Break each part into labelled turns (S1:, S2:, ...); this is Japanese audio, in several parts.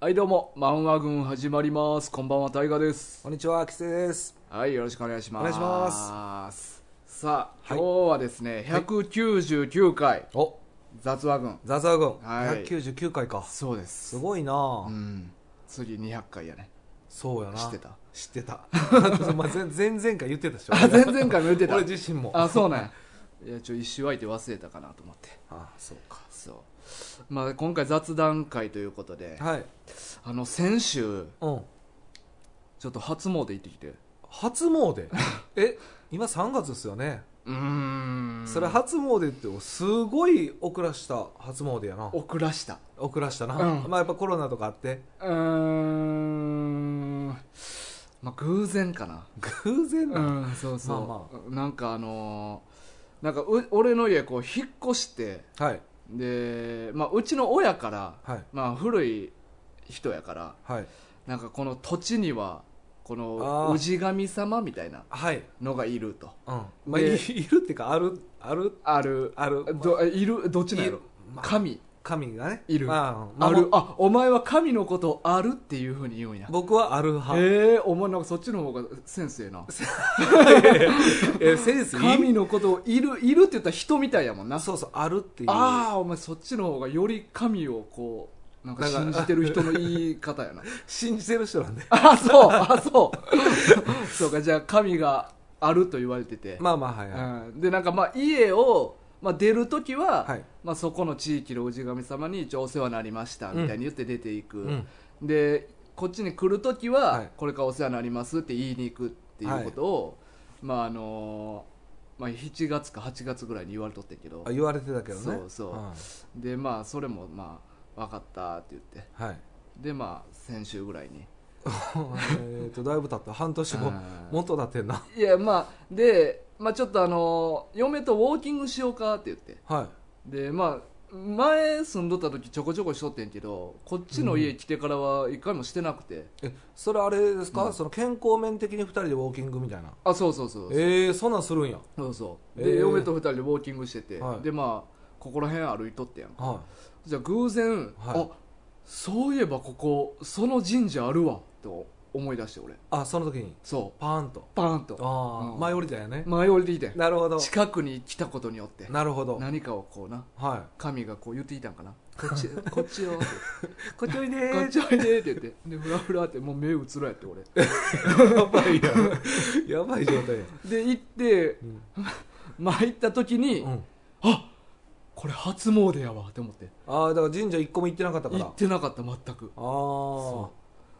S1: はいどうもマンワ軍始まりますこんばんはタイガです
S2: こんにちは、きつです。
S1: はいよろしくお願いします
S2: お願いし
S1: ますさあ、
S2: はい
S1: 今日はですね199回、
S2: お、
S1: 雑話軍
S2: ザザー軍、
S1: はい
S2: 199回か。
S1: そうです
S2: すごいなあ
S1: うん次200回やね
S2: そうやな。
S1: 知ってた
S2: 知ってた。 お前前前々回言ってたでしょ。
S1: あ前々回も言ってた
S2: 俺自身も。
S1: あそうなんやいやちょ一周空いて忘れたかなと思って
S2: あそうか。
S1: そうまあ今回雑談会ということで
S2: はい。
S1: あの先週
S2: うん。
S1: ちょっと初詣行ってきて
S2: 初詣。え、今3月ですよね。
S1: うーん
S2: それ初詣って、すごい遅らした初詣やな。
S1: 遅らした
S2: 遅らしたな。
S1: うん
S2: まあやっぱコロナとかあって、
S1: うーんまあ偶然かな
S2: 偶然な。
S1: うんそうそう、
S2: ま
S1: なんかあのーなんかう俺の家こう引っ越して
S2: はい。
S1: で、まあ、うちの親から、
S2: はい。
S1: まあ、古い人やから
S2: はい。
S1: なんかこの土地にはこ
S2: あ
S1: の
S2: ー
S1: 氏神様みたいな
S2: はい。
S1: のがいると
S2: うん。まあ、い
S1: で
S2: いるっていうか、ある、ある、
S1: ある
S2: ある。
S1: どえいるどっちなんやろ
S2: いるまあ
S1: 神
S2: 神がね
S1: いる
S2: まあ、
S1: ある
S2: ま
S1: あお前は神のことあるっていうふうに言うんや
S2: あ僕はある派え
S1: ええお前なんかそっちの方がセンスええな
S2: ーセンスいい
S1: 神のことをいるいるって言ったら人みたいやもんな
S2: そうそうあるっていう
S1: ああお前そっちの方がより神をこうなんか信じてる人の言い方やな
S2: 信じてる人なんで
S1: ああそうああそう そうかじゃあ神があると言われてて、
S2: まあまあはいはい、
S1: うん、でなんかまあ家を、まあ、出る時は、
S2: はい
S1: まあ、そこの地域の氏神様に一応お世話になりましたみたいに言って出ていく、
S2: うん
S1: でこっちに来る時は、
S2: はい
S1: これからお世話になりますって言いに行くっていうことを、まああのーまあ、7月か8月ぐらいに言われとってんけど
S2: あ言われてたけどね
S1: そうそうんでまあそれもまあ分かったって言って
S2: はい
S1: でまあ先週ぐらいに
S2: えっとだいぶ経った半年後
S1: うん
S2: もっと経ってんない
S1: やまあで、まあ、ちょっとあのー嫁とウォーキングしようかって言って
S2: は
S1: でまあ前住んどった時ちょこちょこしとってんけどこっちの家来てからは一回もしてなくて、
S2: いえそれあれですか、
S1: うん
S2: その健康面的に2人でウォーキングみたいな
S1: あそうそうそう
S2: ええー、そんなんするんや
S1: そうそう
S2: え
S1: で、
S2: ー
S1: 嫁と二人でウォーキングしてて、
S2: はい
S1: でまあここら辺歩いとってやんか
S2: は
S1: じゃあ偶然、
S2: はい
S1: あそういえばここその神社あるわと思い出して俺
S2: いあその時に
S1: そう
S2: パーンと
S1: パーンと
S2: ああ、
S1: うん
S2: 前降りたよね、
S1: 前降りてきてん
S2: なるほど
S1: 近くに来たことによって
S2: なるほど
S1: 何かをこうな
S2: は
S1: 神がこう言っていたんかなこ っちこっちよって
S2: いこっちおいで
S1: こっちおいでって言ってでフラフラってもう目うつろやって俺
S2: やばいやんやばい状 態や、
S1: で行って
S2: うん
S1: まあ行った時に、
S2: うん、
S1: あこれ初詣やわって思って
S2: ああだから神社一個も行ってなかったから
S1: 行ってなかった全く
S2: あー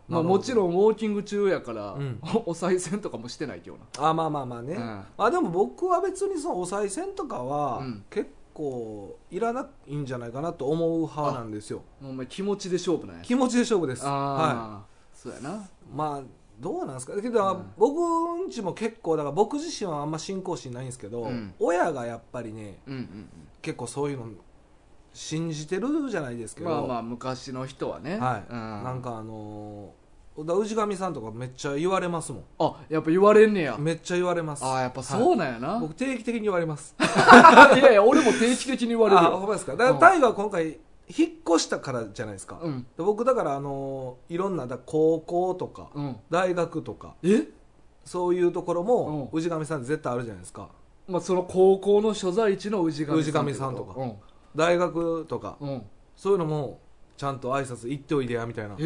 S1: まあ
S2: なるほど
S1: もちろんウォーキング中やから、
S2: うん
S1: おお賽銭とかもしてないけどな
S2: あまあまあまあね、
S1: うん
S2: まあでも僕は別にそのお賽銭とかは
S1: うん
S2: 結構いらないんじゃないかなと思う派なんですよ
S1: もうお前気持ちで勝負なんや
S2: 気持ちで勝負です
S1: あ
S2: は、
S1: あ、そうやない
S2: まあどうなんですかけ
S1: う
S2: ど
S1: ん
S2: 僕んちも結構だから僕自身はあんま信仰心ないんですけど、
S1: うん
S2: 親がやっぱりね
S1: うんうん
S2: 結構そういうの信じてるじゃないです
S1: う
S2: け
S1: ん
S2: ど、
S1: まあまあ昔の人はね
S2: はい、
S1: うん、
S2: なんかあのーだから氏神さんとかめっちゃ言われますもん
S1: あやっぱ言われんねや
S2: めっちゃ言われます
S1: ああやっぱそうなんやな、
S2: 僕定期的に言われます
S1: いやいや俺も定期的に言われる
S2: あほん
S1: よ
S2: まですかだから
S1: うん
S2: タイガー今回引っ越したからじゃないですか、
S1: うん
S2: で僕だからあのーいろんなだ高校とか、
S1: うん
S2: 大学とか
S1: え
S2: そういうところも
S1: う
S2: 氏神さん絶対あるじゃないですか
S1: まあその高校の所在地の氏神
S2: 氏神さんとか
S1: うん
S2: 大学とか、
S1: うん
S2: そういうのもちゃんと挨拶行っておいでやみたいな
S1: へ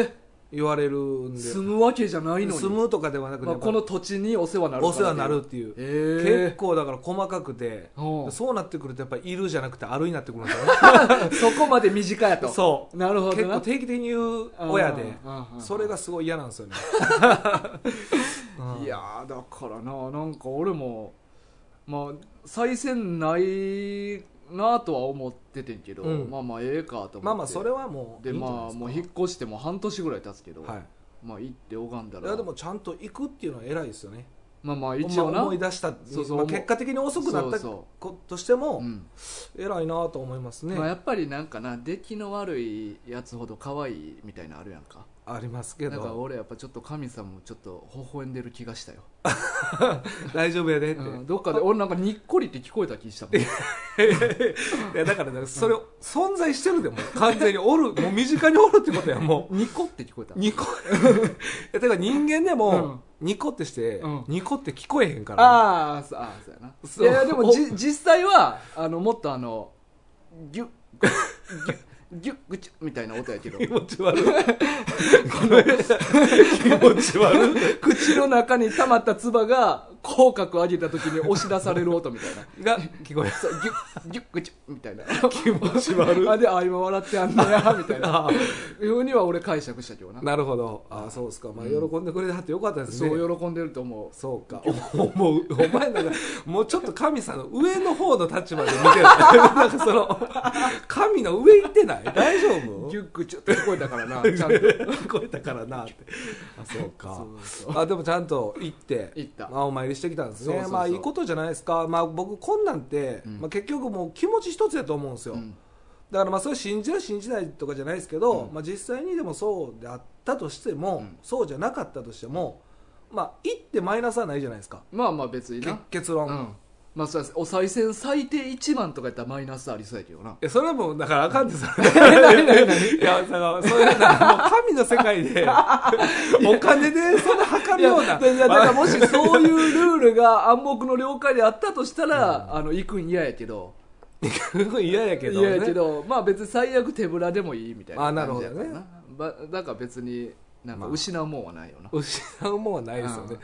S1: え
S2: 言われるんで
S1: 住むわけじゃないのに
S2: 住むとかではなくて、
S1: まあ、この土地にお世話になる
S2: お世話になるっていう、
S1: へ
S2: 結構だから細かくて、
S1: うん
S2: そうなってくるとやっぱりいるじゃなくてあるになってくるんですよね
S1: えそこまで短いと
S2: そう
S1: なるほど
S2: 結
S1: な
S2: 構定期的に言う親で
S1: あーあー
S2: それがすごい嫌なんですよねうん
S1: いやーだからななんか俺もまあ再選ないなとは思っててんけど、
S2: うん
S1: まあまあええかと思って
S2: まあまあそれはもう
S1: で
S2: いいんじゃない
S1: まあ
S2: すか
S1: もう引っ越してもう半年ぐらい経つけど、
S2: は
S1: まあ行って拝んだ
S2: い、い
S1: ら
S2: やでもちゃんと行くっていうのは偉いですよね
S1: まあまあ一応
S2: ほんま
S1: な
S2: 思い出した
S1: そうそう
S2: まあ、結果的に遅くなった
S1: そうそう
S2: ことしても
S1: うん
S2: 偉いなと思いますね、
S1: まあ、やっぱりなんかな出来の悪いやつほど可愛いみたいなのあるやんか
S2: ありますけ
S1: なんか
S2: ど
S1: 俺やっぱちょっと神様もちょっと微笑んでる気がしたよ、
S2: 大丈夫やでって、
S1: うん、どっかで俺なんかにっこりって聞こえた気したもん
S2: いやだからだからそれ存在してるでもう完全に おるもう身近におるってことやもう
S1: にこって聞こえた
S2: ニコ いやだから人間でも、ニコってして、
S1: うん
S2: ニコって聞こえへんから
S1: あーそあーそうやな
S2: そう
S1: いやいやでもじ実際はあのもっとあのギュッギュッギュッぐちゅみたいな音やけど
S2: 気持ち悪いこの気持ち悪い
S1: 口の中に溜まった唾が口角上げた時に押し出される音みたいな
S2: が聞こえ
S1: そうギュッギュッぐちゅみたいな
S2: 気持ち悪い
S1: あであ今笑ってあんねやみたいな
S2: あ
S1: ふうには俺解釈したけどな
S2: なるほどあそうですか、まあ、喜んでくれてはってよかったです
S1: そ
S2: ね、
S1: う喜んでると思
S2: そうかもうお前なんかもうちょっと神様の上の方の立場で見てる なんかその神の上行ってない大丈
S1: う
S2: 夫
S1: ギュッぐちゅって聞こえたから なちゃん と
S2: 聞こえたからなって あそうか
S1: そうそ
S2: あでもちゃんと行って
S1: 行った
S2: まあ、お参りしてきたんですね
S1: そうそうそう
S2: まあいいことじゃないですか、まあ、僕こんなんて、
S1: うん
S2: まあ、結局もう気持ち一つだと思うんですよ、
S1: うん
S2: だからまあそれ信じる信じないとかじゃないですけど、
S1: うん
S2: まあ、実際にでもそうであったとしても、
S1: うん
S2: そうじゃなかったとしてもまあ行ってマイナスはないじゃないですか
S1: まあまあ別に
S2: け
S1: な
S2: 結論、
S1: う
S2: い
S1: んまあそうですお賽銭最低1万とかやったらマイナスありそうやけ どな
S2: やそれはもうだからあかんですよいやだからそういうなんかもう神の世界でお金でそんな測
S1: い
S2: る
S1: や
S2: ようない
S1: やだからもしそういうルールが暗黙の了解であったとしたら、あの行くん嫌やけど
S2: 嫌やけど、ね、
S1: 嫌やけどまあ別に最悪手ぶらでもいいみたいな
S2: あなるほ
S1: 感
S2: ど
S1: じ
S2: ね
S1: やからなばだから別になんか失うもんはないよな、
S2: 失うもんはないですよ
S1: うんう
S2: ね
S1: ん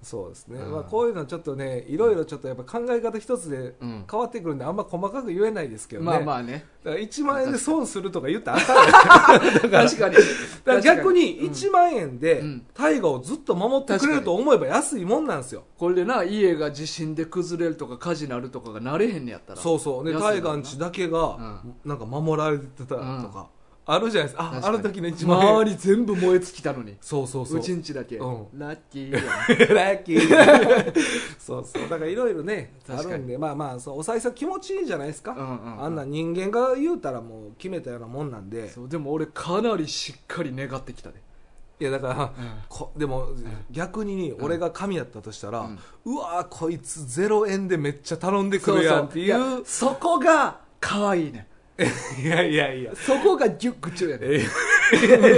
S2: そうですね、
S1: うん
S2: まあ、こういうのちょっとねいろいろちょっとやっぱ考え方一つで
S1: うん
S2: 変わってくるんであんま細かく言えないですけどね、
S1: まあま
S2: だか
S1: あね
S2: ら1万円で損するとか言ったらあかんやんだか
S1: 確かに
S2: ら逆に
S1: うん
S2: 1万円で
S1: うん
S2: 大河をずっと守ってくれると思えば安いもんなんですよ
S1: これでな家が地震で崩れるとか火事になるとかがなれへんねやったら
S2: そうそうね
S1: 安い
S2: 大河んちだけがなんか守られてたとか、あるじゃないですか
S1: 確
S2: あ
S1: か
S2: あ
S1: に
S2: の時の1万円
S1: 周り全部燃え尽きたのに
S2: そうそうそう
S1: うちんちだけ、
S2: うん
S1: ラッキーやな
S2: ラッキー そうそうだからいろいろねあ
S1: 確かに
S2: るんでまあまあそうお賽銭気持ちいいじゃないですか、
S1: うんうんうん
S2: あんな人間が言うたらもう決めたようなもんなんで
S1: そうでも俺かなりしっかり願ってきたね
S2: いやだから、
S1: うん
S2: こでも、逆に俺が神やったとしたら、
S1: うん
S2: うわーこいつ0円でめっちゃ頼んでくるやんっていう
S1: そうそうやそこが可愛いね
S2: いやいやいや
S1: そこがギュッグチュやね
S2: え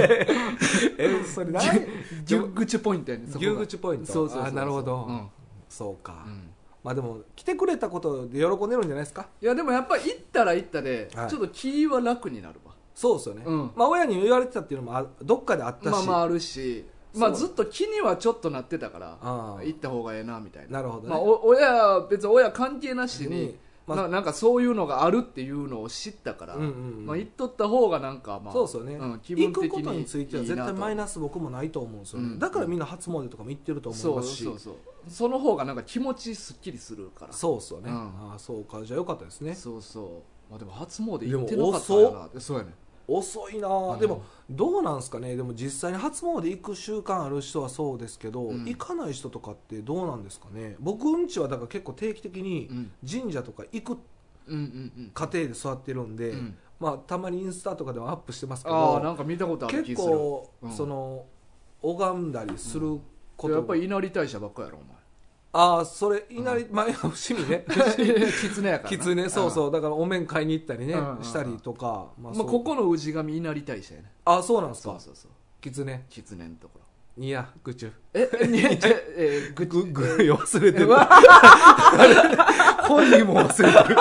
S2: えそれ何
S1: ギュッグチュポイントやねそこが
S2: 牛口ポイント
S1: そうそうそう
S2: あなるほど、
S1: うん
S2: そうか、
S1: うん
S2: まあでも来てくれたことで喜んでるんじゃないですか
S1: いやでもやっぱ行ったら行ったで、
S2: はい
S1: ちょっと気は楽になるわ
S2: そうですよね、
S1: うん
S2: まあ親に言われてたっていうのもあどっかであったし、
S1: まあまああるしまあ
S2: そう
S1: ずっと気にはちょっとなってたから
S2: ああ
S1: 行った方がええなみたいな
S2: なるほどね
S1: まあ、お親は別に親関係なし
S2: うん
S1: に、
S2: まあ
S1: ななんかそういうのがあるっていうのを知ったから、
S2: うんうんうん
S1: まあ、行っとった方がなんかまあ
S2: そうですよね、
S1: ん、気
S2: 行
S1: 分
S2: く
S1: 的に
S2: ことについては絶対マイ
S1: ナ
S2: ナス僕もないと思うんですよね、
S1: うん
S2: だからみんな初詣とかも行ってると思い
S1: そ
S2: ま
S1: う
S2: すし
S1: そうそうその方がなんか気持ちすっきりするから
S2: そうっすよね、
S1: うん
S2: ああそうかじゃあよかったですね
S1: そうそうまあ、でも初詣行ってなかった
S2: で
S1: よ
S2: も
S1: なってそうやね
S2: 遅いなあ、
S1: うん
S2: でもどうなんすかねでも実際に初詣行く習慣ある人はそうですけど、
S1: うん
S2: 行かない人とかってどうなんですかね僕うんちはだから結構定期的
S1: う
S2: に
S1: ん
S2: 神社とか行く
S1: うんうん
S2: 家庭で座ってるんで、
S1: うんうん
S2: まあたまにインスタとかでもアップしてますけど
S1: ああなんか見たことある気
S2: 結
S1: する
S2: 構、
S1: うん
S2: その拝んだりするこ
S1: や
S2: と
S1: っぱり稲荷大社ばっかやろお
S2: ああそれいなり、まあ伏 見ね
S1: 前 狐やから
S2: きつねそう
S1: う
S2: そうだからお面買いに行ったりね、
S1: うんうんうん
S2: したりとか、
S1: ま
S2: まあ
S1: あ、
S2: そう
S1: ここの氏神稲荷大社やね
S2: ああそうなんです
S1: そう
S2: か
S1: そうそう
S2: きつね
S1: 狐のところ
S2: いやぐちゅ
S1: ええにええぐ
S2: ぐぐ忘れて
S1: え
S2: る
S1: わ
S2: 本人も忘れてる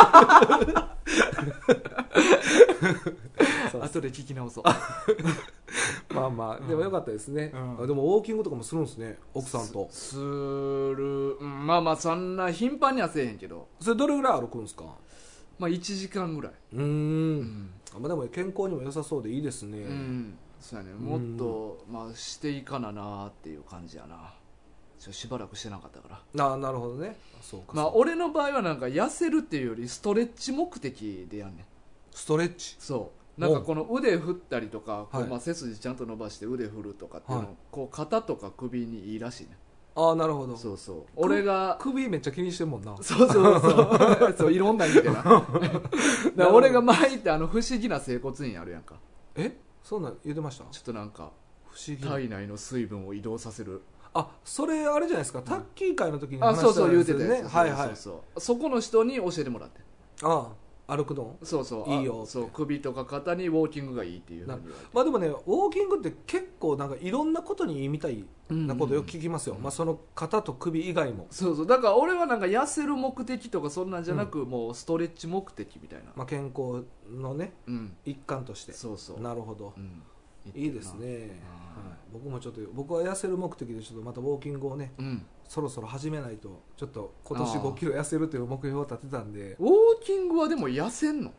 S2: そ う
S1: 後で聞き直そう
S2: まあまあでもよかったですね、
S1: うん
S2: あでもウォーキングとかもするんですね奥さんと
S1: するうんまあまあそんな頻繁にはせえへんけど
S2: それどれぐらい歩くんですか
S1: まあ1時間ぐらいう
S2: ーんまあ、でも健康にも良さそうでいいですね、
S1: うんそうやねもっと、まあ、していかななっていう感じやなちょしばらくしてなかったから
S2: ああなるほどねそうか、
S1: まあ
S2: そうか
S1: 俺の場合はなんか痩せるっていうよりストレッチ目的でやんねん
S2: ストレッチ
S1: そうなんかこの腕振ったりとか、こう
S2: はい
S1: まあ、背筋ちゃんと伸ばして腕振るとかっていうの、
S2: はい
S1: こう肩とか首にいいらしいね
S2: ああなるほど
S1: そうそう俺が
S2: 首めっちゃ気にしてるもんな
S1: そうそうそうそういろんな意味 でなだから俺が前行ってあの不思議な整骨院あるやんか
S2: えそんなん言ってました
S1: ちょっとなんか
S2: 不思議な
S1: 体内の水分を移動させる
S2: あそれあれじゃないですかタッキー会の時に
S1: あ
S2: 話した
S1: そうそう言うてた
S2: ね
S1: やつ
S2: はいはい
S1: そうそうそうそこの人に教えてもらって
S2: ああ歩くの
S1: そうそうあ
S2: いいよって
S1: そう首とか肩にウォーキングがいいっていうふう
S2: な
S1: に言われて
S2: まあでもねウォーキングって結構なんかいろんなことにいいみたいなことよく聞きますよ、まあ、その肩と首以外も、
S1: そうそうだから俺はなんか痩せる目的とかそんなんじゃなく、もうストレッチ目的みたいな
S2: まあ、健康のね
S1: うん
S2: 一環として
S1: そうそう、
S2: なるほど
S1: うん言ってるない
S2: いですね、
S1: うん
S2: はい、僕もちょっと僕は痩せる目的でちょっとまたウォーキングをね
S1: うん
S2: そろそろ始めないとちょっと今年
S1: あー
S2: 5キロ痩せるという目標を立てたんで
S1: ウォーキングはでも痩せんの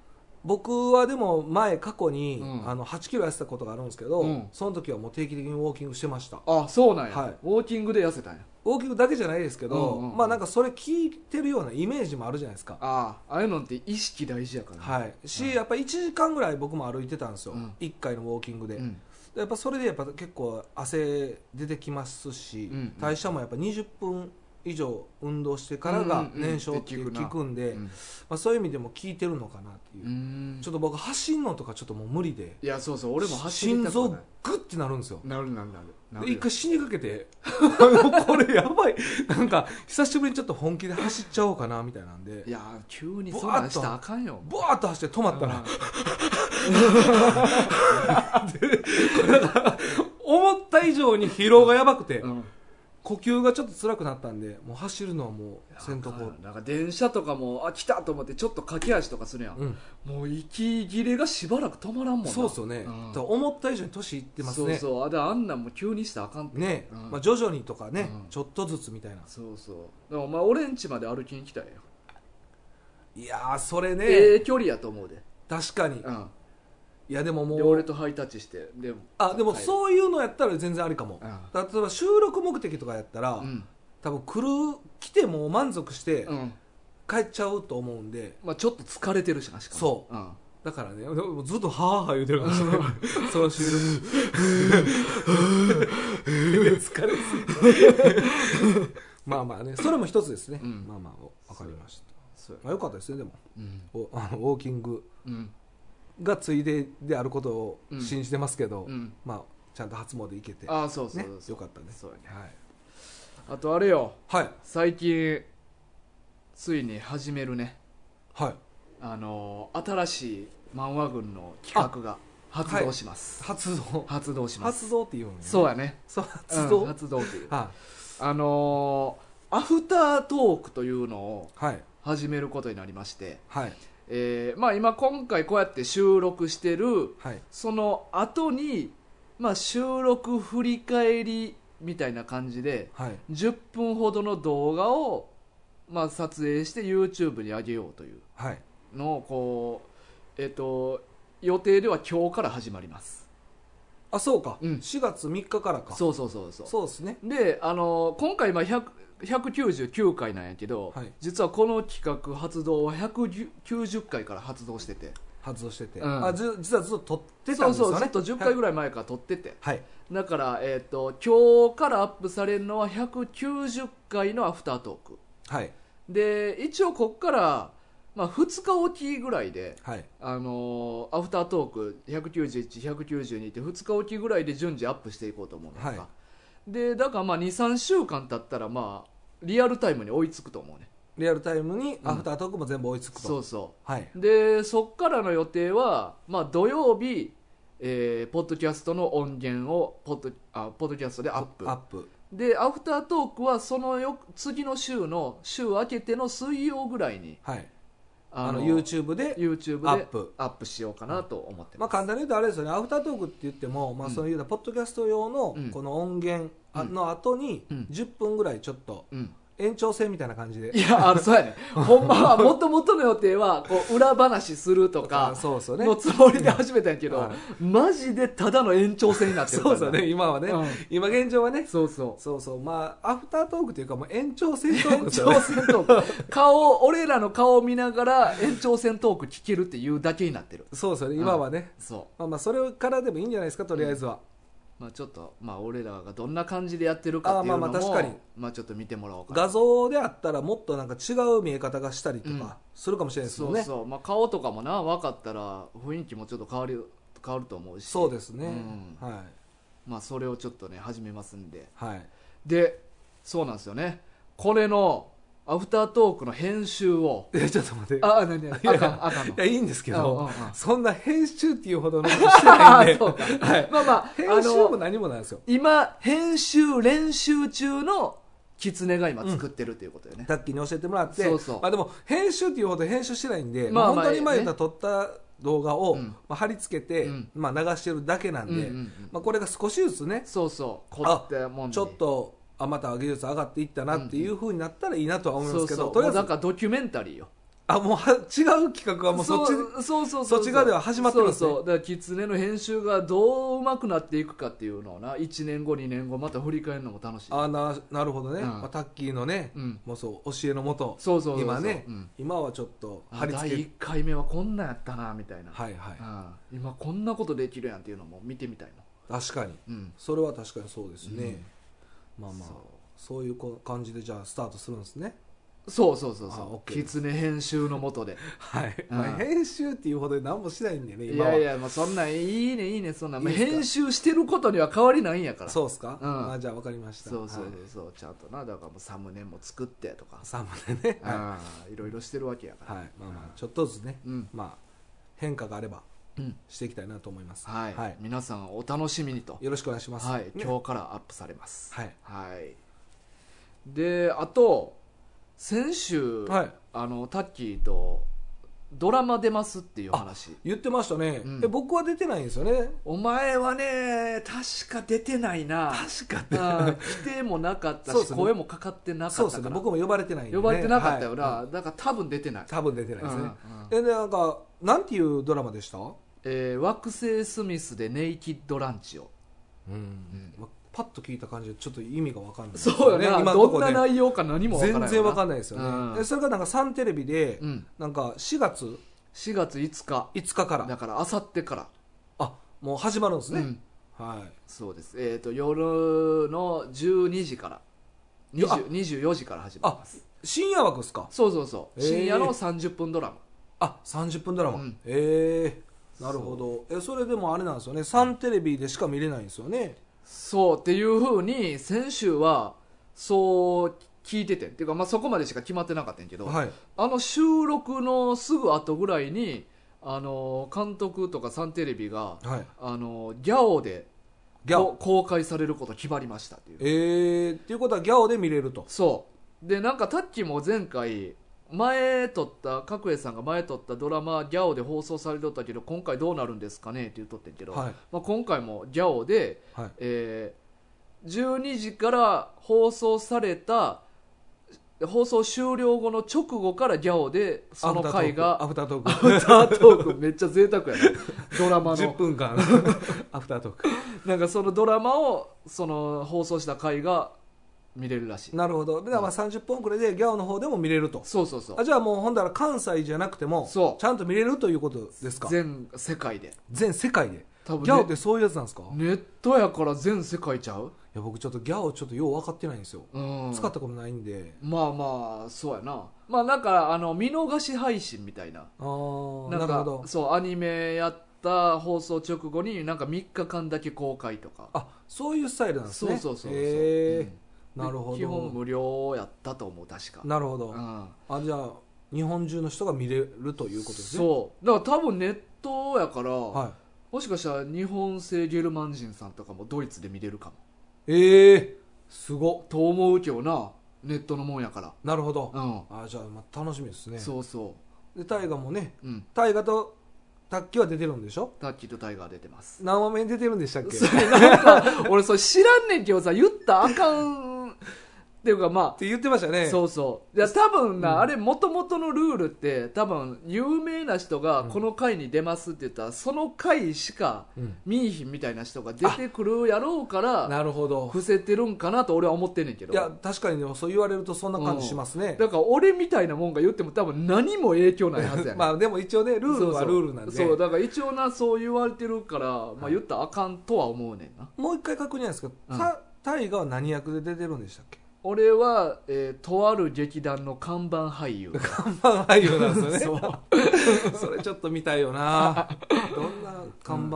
S2: 僕はでも前過去に、
S1: うん
S2: あの8キロ痩せたことがあるんですけど、
S1: うん
S2: その時はもう定期的にウォーキングしてました
S1: あそうなんや、
S2: はい
S1: ウォーキングで痩せたんや
S2: ウォーキングだけじゃないですけど、
S1: うんうんうん
S2: まあなんかそれ聞いてるようなイメージもあるじゃないですか
S1: ああああいうのって意識大事やからね、
S2: はいし、
S1: うん
S2: やっぱ1時間ぐらい僕も歩いてたんですよ、
S1: うん
S2: 1回のウォーキングで、
S1: うん
S2: でやっぱそれでやっぱ結構汗出てきますし、
S1: うんうん
S2: 代謝もやっぱ20分以上運動してからが
S1: うんうんうん
S2: 燃焼っていう
S1: って聞くな
S2: 聞くんで、
S1: うん
S2: まあ、そういう意味でも効いてるのかなっていう
S1: う、ん
S2: ちょっと僕走んのとかちょっともう無理で
S1: いやそうそう俺も走り
S2: 心
S1: たくは
S2: 臓
S1: ない
S2: グッてなるんですよ
S1: なるなるなるな
S2: で
S1: るよ
S2: 一回死にかけて あのこれやばいなんか久しぶりにちょっと本気で走っちゃおうかなみたいなんで
S1: いやー急にそんなんしたらあかんよ
S2: ブワーッと走って止まったら、思った以上に疲労がやばくて、
S1: うん
S2: 呼吸がちょっと辛くなったんでもう走るのはもうせんとこう
S1: なんか電車とかもあ来たと思ってちょっと駆け足とかするやん、
S2: うん
S1: もう息切れがしばらく止まらんもんな
S2: そうっすよね、
S1: ん
S2: だから思った以上に年いってますね
S1: そうそうあであんなんも急にしたらあかんって
S2: ね、
S1: うん
S2: まあ、徐々にとかね、
S1: うん
S2: ちょっとずつみたいな
S1: そうそうでもお前俺ん家まで歩きに来たんや
S2: いやーそれね、
S1: ええ距離やと思うで、
S2: 確かに
S1: うん、
S2: いやでもも
S1: で
S2: う
S1: 俺とハイタッチしてでも
S2: あでも
S1: 帰る
S2: そういうのやったら全然ありかも、
S1: うん
S2: だから例えば収録目的とかやったら、
S1: うん、
S2: 多分来る来てもう満足して
S1: うん
S2: 帰っちゃうと思うんで
S1: まあ、ちょっと疲れてるしなしかも、
S2: そう
S1: ん、
S2: だからねで もずっとはーはー言うてるかもしれないそ の収録いや疲れすぎてまあまあねそれも一つですね、
S1: うん
S2: まあまあ分かりました、
S1: そうや
S2: まあ、よかったですねでも
S1: うん
S2: お あのウォーキング
S1: うん
S2: がついでであることを信じてますけど、
S1: うん
S2: まあちゃんと初詣行けて
S1: ああそうそう
S2: ね
S1: そうそう
S2: よかったね
S1: そうやね
S2: はい、
S1: あとあれよ
S2: はい
S1: 最近ついに始めるね
S2: はい、
S1: あの新しい漫画軍の企画が発動します、
S2: 発動
S1: 発動します
S2: 発動って言うのね
S1: そうやね
S2: そう発動、
S1: うん発動っていう
S2: は
S1: あのーアフタートークというのを
S2: いはい
S1: 始めることになりまして、
S2: はい
S1: えーまあ、今今回こうやって収録してる
S2: はい
S1: その後にまあ、収録振り返りみたいな感じで
S2: はい
S1: 10分ほどの動画を、まあ、撮影して YouTube に上げようという
S2: はい
S1: のをこう、えっと予定では今日から始まります
S2: あそうか、
S1: うん
S2: 4月3日からか
S1: そうそうそうそう
S2: そうですね
S1: であの今回まあ100 199回なんやけど、
S2: はい
S1: 実はこの企画発動は190回から発動してて
S2: 発動してて、
S1: うん
S2: あず実はずっと撮ってたんです
S1: そうそ
S2: よ
S1: う
S2: ね
S1: ずっと10回ぐらい前から撮ってて、
S2: はい、はい
S1: だから、えっと今日からアップされるのは190回のアフタートーク
S2: はい
S1: で一応ここから、まあ、2日おきぐらいで、
S2: はい
S1: あのーアフタートーク191192って2日おきぐらいで順次アップしていこうと思うのか、
S2: は
S1: でだからまあ23週間経ったらまあリアルタイムに追いつくと思うね
S2: リアルタイムにアフタートークも全部追いつくと、
S1: そうそ
S2: はいう
S1: でそっからの予定は、まあ、土曜日、えーポッドキャストの音源をポッドあポッドキャストでアップ
S2: アップ
S1: でアフタートークはそのよ次の週の週明けての水曜ぐらいに
S2: はい
S1: あ
S2: あの YouTube で
S1: YouTube で
S2: アップ
S1: アップしようかなと思ってま
S2: まあ、
S1: す、
S2: 簡単に言うとあれですよねアフタートークって言っても、まあ、
S1: うん
S2: そういうようなポッドキャスト用の
S1: うん
S2: この音源あ
S1: うん
S2: の後に
S1: うん
S2: 10分ぐらいちょっと
S1: うん
S2: 延長戦み たいな感じで、
S1: いや、あの、そうやね。ほんまは、もともとの予定は、こう、裏話するとか、
S2: そうそうね
S1: のつもりで始めたんやけど
S2: は、
S1: マジでただの延長戦になってるから
S2: そうそうね。今はね、
S1: うん
S2: 今現状はね
S1: そうそ
S2: そうそうまあアフタートークというかもう延長戦ト
S1: う。
S2: ーク
S1: 延
S2: です
S1: 長
S2: よね
S1: 戦トーク。顔、俺らの顔を見ながら延長戦トーク聞けるっていうだけになってる。
S2: そうそうね今はね、
S1: そ
S2: まあまあそれからでもいいんじゃないですかとりあえずは、
S1: う。まあちょっと、まあ俺らがどんな感じでやってるかっていうのも、
S2: あまあまあ確かに
S1: まあちょっと見てもらおうかな。
S2: 画像であったらもっとなんか違う見え方がしたりと
S1: うん
S2: かするかもしれないです
S1: そ
S2: よ
S1: う
S2: ね、
S1: そう。まあ顔とかもな、分かったら雰囲気もちょっと変わる、変わると思うし。
S2: そうですね、
S1: うん
S2: はい
S1: まあ、それをちょっとね始めますんで
S2: はい
S1: でそうなんですよねこれのアフタートークの編集を
S2: いやちょっと待って
S1: ああ何何あ
S2: いや
S1: かんあかんの
S2: いやいいんですけ
S1: うんうんう
S2: ど
S1: ん
S2: そんな編集っていうほどのことしてないんで
S1: そうか
S2: はい
S1: まあまああ
S2: 編集も
S1: の
S2: 何もないですよ
S1: 今編集練習中の狐が今作ってるということよね、
S2: さっきに教えてもらって
S1: そうそう
S2: まあ、でも編集っていうほど編集してないんで、
S1: まあまあ
S2: 本当に前
S1: ね
S2: 言った撮った動画を、
S1: うん
S2: まあ、貼り付けて、
S1: うん
S2: まあ、流してるだけなんで、
S1: うんうんうん
S2: まあ、これが少しずつね
S1: そうそう凝ったもんに
S2: ちょっとあまた技術上がっていったなっていうふうになったらいいなとは思い
S1: そ
S2: ます
S1: う
S2: け
S1: そ
S2: ど、
S1: う
S2: とり
S1: も
S2: あ
S1: う
S2: え
S1: なん
S2: ず
S1: かドキュメンタリーよ
S2: あもうは違う企画はもうそっちに
S1: うそうそうそう
S2: そっち側では始まってるんですね
S1: そうそうだから狐の編集がどううまくなっていくかっていうのをな1年後2年後また振り返るのも楽しい
S2: あななるほどね、
S1: うん
S2: まあ、タッキーのね、
S1: うん
S2: もうそう教えのもと
S1: そうそうそうそう
S2: 今ね、
S1: うん
S2: 今はちょっと
S1: あ
S2: 貼り付け
S1: 第1回目はこんなんやったなみたいな、
S2: はいはい、
S1: うん今こんなことできるやんっていうのも見てみたいな
S2: 確かに
S1: うん
S2: それは確かにそうですね、まあまあ
S1: そう
S2: そういうこ感じでじゃあスタートするんですね
S1: そうそうそう
S2: あ
S1: そ
S2: OK
S1: う狐編集のもとで
S2: はい、
S1: うん
S2: まあ、編集っていうほど何もしないんでね
S1: い
S2: 今は
S1: やいや、まあ、そんなんいいねいいねそんなんまあ
S2: いいですか
S1: 編集してることには変わりないんやから
S2: そうですか、
S1: うん
S2: あじゃあ分かりました
S1: そうそう
S2: はい
S1: そう、ちゃんとなだからもうサムネも作ってとか
S2: さあまでね、はい
S1: あーいろいろしてるわけやから、
S2: はいまあまあちょっとずつね、
S1: うん
S2: まあ変化があれば
S1: うん
S2: していきたいなと思います、
S1: はい、皆さんお楽しみにと、
S2: よろしくお願いします
S1: はい
S2: ね、
S1: 今日からアップされます
S2: はい
S1: はいであと先週、
S2: はい
S1: あのタッキーとドラマ出ますっていう話
S2: 言ってましたね、
S1: うん
S2: で僕は出てないんですよね
S1: お前はね確か出てないな
S2: 確
S1: あー来てもなかった
S2: そうっ
S1: し、
S2: すね
S1: 声もかかってなか
S2: そう
S1: っ
S2: で
S1: た
S2: す
S1: か
S2: ね
S1: ら、
S2: 僕も呼ばれてないんでね、
S1: 呼ばれてなかったよな、
S2: はい
S1: だから多分出てない、
S2: 多分出てないです
S1: う
S2: ね、
S1: んうん
S2: えでなんかなんていうドラマでした
S1: えー惑星スミスでネイキッドランチを
S2: うんまあパッと聞いた感じでちょっと意味が分かんないですよ
S1: そうよね
S2: 今のと
S1: ど
S2: こ
S1: ん
S2: ね
S1: な内容か何もわから
S2: 全
S1: ない
S2: 然分か
S1: ん
S2: んないですよね、
S1: うん
S2: でそれがなんかサンテレビで、
S1: うん
S2: なんか4月
S1: 4月5日
S2: 5日から
S1: だからあさってから
S2: あもう始まるんですね、
S1: うん
S2: はい
S1: そうですえっ、と夜の12時から
S2: あ
S1: 20 24時から始まります
S2: 深夜枠ですか
S1: そうそうそう
S2: へー
S1: 深夜の30分ドラマ、
S2: あ30分ドラ
S1: う
S2: マ、
S1: ん
S2: ええなるほどえそれでもあれなんですよねサンテレビでしか見れないんですよね
S1: そうっていうふうに先週はそう聞いててんっていうか、まあ、そこまでしか決まってなかったんやけど、
S2: はい
S1: あの収録のすぐ後ぐらいにあの監督とかサンテレビが
S2: はい
S1: あのギャオで
S2: ギャ
S1: こ
S2: オ
S1: 公開されること決まりましたっていう
S2: ええっていうことはギャオで見れると
S1: そうでなんかタッキーも前回前撮った角栄さんが前撮ったドラマ「ギャオ」で放送されとったけど今回どうなるんですかねって言っとってんけど、
S2: はい
S1: まあ、今回も「ギャオで」
S2: はい
S1: えー12時から放送された放送終了後の直後から「ギャオ」でその回が
S2: アフタートークア
S1: アフタートークめっちゃ贅沢やねドラマ
S2: フタートー
S1: の
S2: ク10分間 アフタートーク
S1: なんかそのドラマをその放送した回が見れるらしい
S2: なるほどでだからまあ30分遅れでギャオの方でも見れると
S1: そうそうそう
S2: あじゃあもうほんだら関西じゃなくても
S1: そう
S2: ちゃんと見れるということですか
S1: 全世界で
S2: 全世界でギ
S1: 多分ね
S2: ャオってそういうやつなんですか、い
S1: ネットやから全世界ちゃう、
S2: や僕ちょっとギャオちょっとよう分かってないんですよ、
S1: うん、
S2: 使ったことないんで
S1: まあまあそうやなまあなんかあの見逃し配信みたいな
S2: ああ
S1: な
S2: なんる
S1: か
S2: ほど
S1: そうアニメやった放送直後になんか3日間だけ公開とか
S2: あそういうスタイルなんです
S1: そう
S2: ね
S1: そうそうそう、
S2: へえ、
S1: うん
S2: なるほ
S1: 基本
S2: ど
S1: 無料やったと思う確か
S2: なるほど、
S1: うん
S2: あじゃあ日本中の人が見れるということですね
S1: そうだから多分ネットやから、
S2: は
S1: もしかしたら日本製ゲルマン人さんとかもドイツで見れるかも
S2: いええすごっ
S1: と思うけどなネットのもんやから
S2: なるほど、
S1: うん、
S2: あじゃあまあ楽しみですね
S1: そうそ
S2: で大河もね
S1: ううん
S2: 大河と卓球は出てるんでしょ
S1: タッキーとタイガー出てます
S2: 何話目に出てるんでしたっけ
S1: それなんか 俺それ知らんねんけどさ言ったらあかんっていうか
S2: っ
S1: ま
S2: て言ってました
S1: あ
S2: ね
S1: そうそういや多分な、
S2: うん
S1: あれ元々のルールって多分有名な人がこの回に出ますって言ったら、その回しか
S2: うん
S1: 見いひんみたいな人が出てくるやろうから
S2: なるほど
S1: 伏せてるんかなと俺は思ってんねんけど
S2: いや確かにでもそう言われるとそんな感じしますね
S1: だから俺みたいなもんが言っても多分何も影響ないはずやねん
S2: まあでも一応ねルールはルールなんで
S1: そうそうそうだから一応なそう言われてるから、まあ、言ったらあかんとは思うねんな
S2: もう一回確認なんですけど、
S1: うん
S2: た大河は何役で出てるんでしたっけ
S1: 俺は、えーとある劇団の看板俳優
S2: 看板俳優なんですよね
S1: そう
S2: それちょっと見たいよなどんな看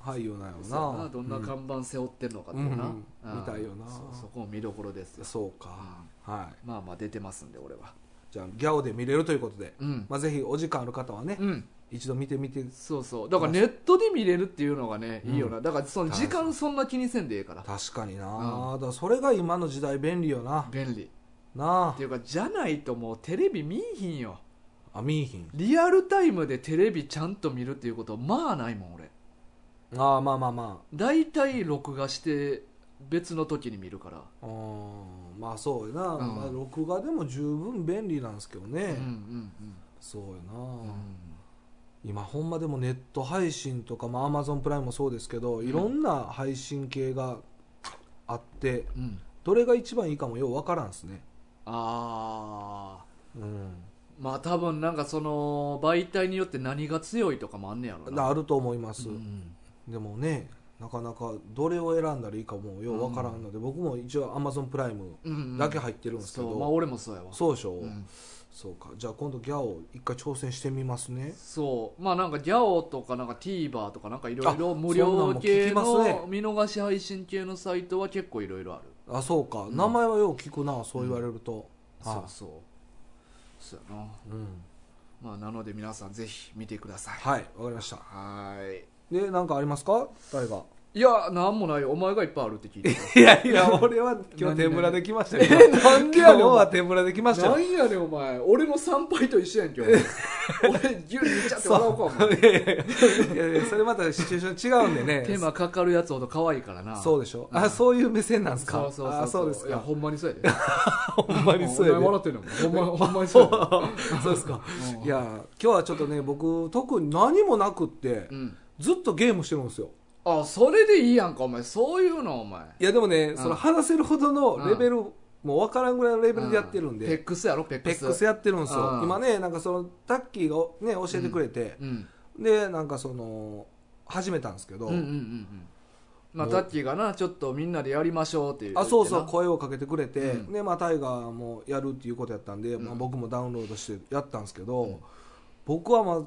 S2: 板俳優なんや
S1: そう
S2: ろ
S1: や
S2: な
S1: などんな看板背負ってるのかって
S2: うん
S1: な、
S2: うん
S1: うん
S2: 見たいよな
S1: そうそこも見どころですよ
S2: そうか、はい
S1: まあまあ出てますんで俺は
S2: じゃあギャオで見れるということで、
S1: うん、
S2: まあ、ぜひお時間ある方はね、
S1: うん、
S2: 一度見てみて
S1: そうそうだからネットで見れるっていうのがね、
S2: うん
S1: いいよなだからその時間そんな気にせんでええから
S2: 確かにな、だからそれが今の時代便利よな
S1: 便利
S2: な
S1: っていうかじゃないともうテレビ見いひんよ
S2: ああ見いひん
S1: リアルタイムでテレビちゃんと見るっていうことまあないもん俺
S2: ああまあまあま
S1: 大体録画して別の時に見るから、
S2: あうんまあそうやな、
S1: うん
S2: まあ、録画でも十分便利なんですけどね、
S1: うんうん
S2: そうやな、
S1: うんうん
S2: 今ほんまでもネット配信とかアマゾンプライムもそうですけどいろんな配信系があって
S1: うん
S2: どれが一番いいかもようわからんですね
S1: ああ
S2: うん
S1: まあ多分なんかその媒体によって何が強いとかもあんねやろな
S2: あると思います、
S1: うん
S2: でもねなかなかどれを選んだらいいかもようわからんので、僕も一応アマゾンプライム
S1: うんうん
S2: だけ入ってるんですけ
S1: そ
S2: ど、
S1: うまあ俺もそうやわ
S2: そうでしょ、
S1: うん
S2: そうかじゃあ今度ギャオ一回挑戦してみますね
S1: そうまあなんかギャオとかなんか TVer とかなんかいろいろ
S2: あ
S1: 無料系
S2: そんなんも聞きます
S1: の見逃し配信系のサイトは結構いろいろある
S2: あそうか、
S1: ん
S2: 名前はよう聞くなそう言われると、はい
S1: そうそうそうやな
S2: うん
S1: まあなので皆さんぜひ見てください
S2: はいわかりました
S1: はーい
S2: で何かありますか誰が
S1: いやなんもないよお前がいっぱいあるって聞いてた
S2: いやいや、俺は今日天ぷらできましたけど。
S1: なんで
S2: 今
S1: や
S2: 日
S1: ねんお
S2: は
S1: 前
S2: 天ぷらできました
S1: な
S2: よ。
S1: んやねんお前俺の参拝と一緒やん今日 俺牛にいっちゃって笑おうかお前
S2: いやいやいやいやそれまたシチュエーション違うんでね。
S1: 手間かかるやつほど可愛いからな
S2: そう
S1: う
S2: でしょ。あ、そういう目線なんですか。
S1: そうそうそう
S2: あ、そうです
S1: いや
S2: か。
S1: ほんまにそうやで
S2: ほんまにそう
S1: お
S2: や
S1: 前
S2: で。
S1: 笑ってんのほんまほんまにそうや
S2: そうですか。
S1: うん
S2: いや、今日はちょっとね、僕、特に何もなくって
S1: でう、ん
S2: ずっとゲームしてるんですよ。
S1: あそれでいいやんかお前そういうのお前
S2: いや、でもね
S1: ん、
S2: その話せるほどのレベル、もう分からんぐらいのレベルでやってるん
S1: ペ
S2: で、
S1: ックスやろペッ
S2: ペ
S1: クス
S2: ックスやってるんですよ
S1: う。ん
S2: 今ね、なんかその、タッキーがね、教えてくれて、
S1: うん
S2: でなんかその始めたんですけど、
S1: うんうんうんうんまあタッキーがなちょっとみんなでやりましょうっていう
S2: あそうそ
S1: 言
S2: う
S1: って
S2: 声をかけてくれ
S1: う
S2: て、
S1: ん
S2: でまあ、タイガーもやるっていうことやったんで、
S1: ん
S2: まあ、僕もダウンロードしてやったんですけど、
S1: うん
S2: 僕はまあ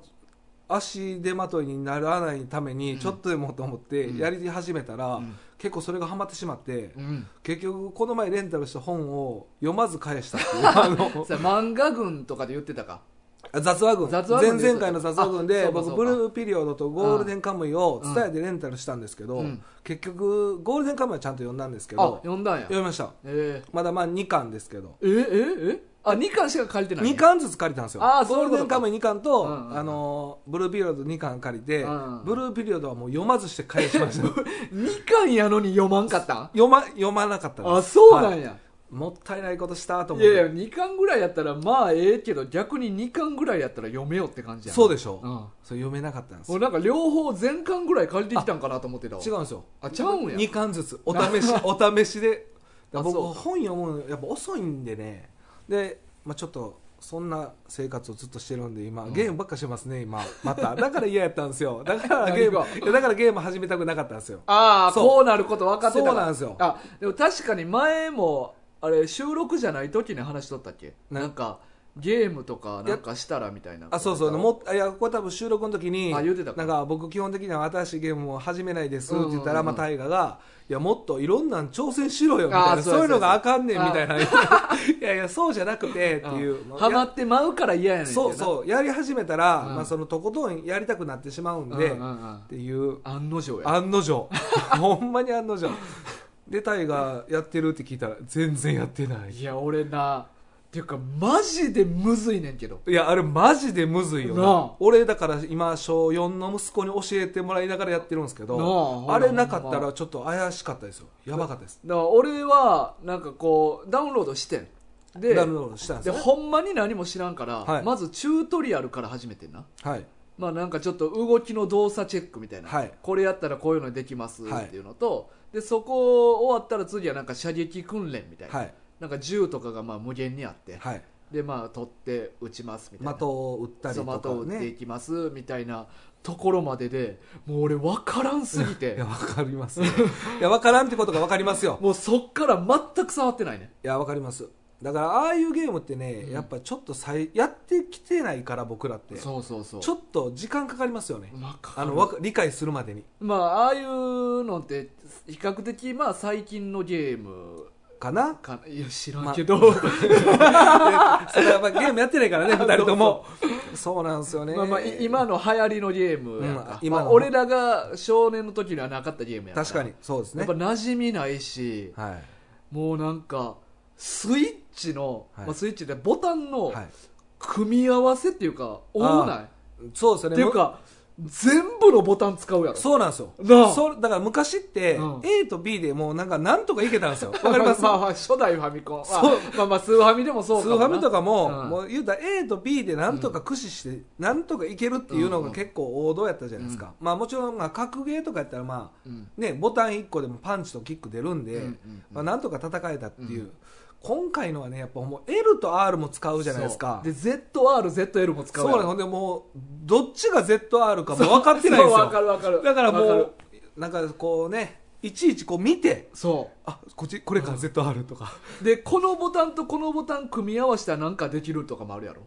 S2: 足手まといにならないため
S1: うん
S2: にちょっとでもと思って
S1: うん
S2: やり始めたら、
S1: うん
S2: 結構それがハマってしまって、
S1: なうん
S2: 結局この前レンタルした本を読まず返したっていうあ の
S1: さ漫画群とかで言ってたか
S2: 雑話群
S1: 雑話群
S2: 前々回の雑話群
S1: あ
S2: で
S1: そうかそう
S2: 僕
S1: か
S2: ブルーピリオドとゴールデンカムイを
S1: うん
S2: 伝えてレンタルしたんですけど、
S1: うん
S2: 結局ゴールデンカムイはちゃんと読んだんですけ
S1: あ
S2: ど、
S1: 読んだんや
S2: 読みました
S1: え
S2: まだまあ2巻ですけど
S1: ーえええあ2巻しか借りてない
S2: 2巻ずつ借りたんですよ
S1: あーそう
S2: ゴ
S1: いう
S2: ール
S1: こ
S2: デ
S1: と
S2: ン
S1: か
S2: カムイ2巻と、
S1: うんうんうん
S2: あのーブルーピリオド2巻借りて、
S1: うんうん
S2: ブルーピリオドはもう読まずして返しました
S1: 2巻やのに読まんかったん
S2: 読ま読まなかったです
S1: あそうなんや、
S2: もったいないことしたと
S1: い、
S2: 思っ
S1: や
S2: て
S1: いや2巻ぐらいやったらまあええけど逆に2巻ぐらいやったら読めよって感じやん
S2: そうでしょう、
S1: うん
S2: それ読めなかったんですよ
S1: 俺なんか両方全巻ぐらい借りてきたんかなと思ってたわ
S2: 違うんですよ
S1: あちゃうんや
S2: 2巻ず つお試しお試しで
S1: あ
S2: 僕
S1: そうか
S2: 本読むのやっぱ遅いんでねで、まあ、ちょっとそんな生活をずっとしてるんで今ゲームばっかしてますね今まただから嫌やったんです よだからゲーム
S1: 何が
S2: いやだからゲーム始めたくなかったんですよ
S1: ああ
S2: そう
S1: こうなること分かってたわ
S2: そうなんですよ
S1: あでも確かに前もあれ収録じゃない時に話しとったっけ
S2: な
S1: なんかゲームとかなんかしたらみたいな
S2: あそうそう
S1: なんか
S2: もっいやこれ多分収録の時に
S1: あ言うてたか
S2: なんか僕基本的には新しいゲームを始めないですっ
S1: うんうん
S2: て
S1: うん
S2: 言ったら、まあ、タイガが「いやもっといろんなん挑戦しろよ」みたい
S1: あ
S2: な
S1: そう
S2: そう
S1: や
S2: いうのが
S1: そう
S2: あ
S1: や
S2: かんねんみたいな「い やいやそうじゃなくて」っていう
S1: うんハマってまうから嫌やねんけど
S2: そ
S1: な
S2: うそうやり始めたら、
S1: うん
S2: まあ、そのとことんやりたくなってしまうん
S1: うん
S2: で、
S1: うんう
S2: っ
S1: ん
S2: ていう
S1: 案の定や
S2: 案 の定ほんまに案の定でタイがやってるって聞いたら全然やってない
S1: いや俺なっていうかマジでむずいねんけど
S2: いやあれマジでむずいよな
S1: なあ
S2: 俺だから今小4の息子に教えてもらいながらやってるんですけ
S1: なあ
S2: ど
S1: ほ
S2: あ
S1: ら
S2: れなかった
S1: ほん
S2: らちょっと怪しかったですよやばかったです
S1: だから俺はなんかこうダウンロードしてんで
S2: ダウンロードしたんです
S1: で
S2: よね
S1: ほんまに何も知らんから、
S2: はい
S1: まずチュートリアルから始めてんな
S2: はい
S1: まあなんかちょっと動きの動作チェックみたいな、
S2: はい
S1: これやったらこういうのできます
S2: はい
S1: っていうのと、でそこ終わったら次はなんか射撃訓練みたいな,、
S2: はい
S1: なんか銃とかがまあ無限にあって、
S2: はい
S1: でまあ取って撃ちますみたいな
S2: 的を打ったり
S1: そ
S2: と
S1: う的を撃
S2: か
S1: って
S2: ね
S1: いきますみたいなところまででもう俺分からんすぎ
S2: い
S1: て
S2: やわかりますよいやわからんってことがわかりますよ
S1: もうそっから全く触ってないね
S2: いやわかりますだからああいうゲームってね、
S1: うん
S2: やっぱちょっとさいやってきてないから僕らってちょ
S1: そうそうそう
S2: っと時間かかりますよね、
S1: まあ
S2: あの わか理解するまでに
S1: まあああいうのって比較的まあ最近のゲーム
S2: かな
S1: かないや知ら
S2: ま
S1: ん
S2: あ
S1: けど、
S2: それはまあゲームやってないからね
S1: そう
S2: 2人ともそうなんですよ ね
S1: まあまあい今の流行りのゲームやんか、
S2: うん今の
S1: まあ俺らが少年の時にはなかったゲームやん
S2: 確かにそうです
S1: や
S2: ね
S1: っぱ馴染みないし、
S2: はい
S1: もうなんかスイッチの、
S2: はい
S1: まあ、スイッチでボタンの
S2: はい、
S1: 組み合わせっていうか多ない
S2: そうですよね
S1: っていうか全部のボタン使うやろ
S2: そうなんですよ
S1: なあ
S2: そうだから昔って、
S1: うん
S2: A と B でもうなんかなんとかいけたん ですよわかります
S1: まあまあ初代ファミコンまあ
S2: そう
S1: まあまあスーファミでもそう
S2: ス
S1: か
S2: ー
S1: も
S2: フ
S1: な
S2: ァミとかも、
S1: うん
S2: もう言うたら A と B でなんとか駆使して、なんとかいけるっていうの
S1: うんう
S2: が
S1: ん
S2: 結構王道やったじゃないですか、まあもちろん、まあ、格ゲーとかやったらまあ
S1: うん
S2: ねボタン1個でもパンチとキック出るんで、
S1: うんうんうん
S2: まあ、なんとか戦えたっていう、
S1: うん
S2: 今回のはねやっぱもう L と R も使うじゃないですか
S1: そうで ZRZL も使
S2: そう
S1: う
S2: な
S1: やろ
S2: んですほんでもうどっちが ZR かも分かってないんです
S1: そう 分か
S2: よ
S1: る分かる
S2: だからも
S1: 分
S2: う
S1: る
S2: なんかこうねいちいちこう見て
S1: そ
S2: あこっちこれか ZR とか、
S1: うでこのボタンとこのボタン組み合わせたらなんかできるとかもあるやろ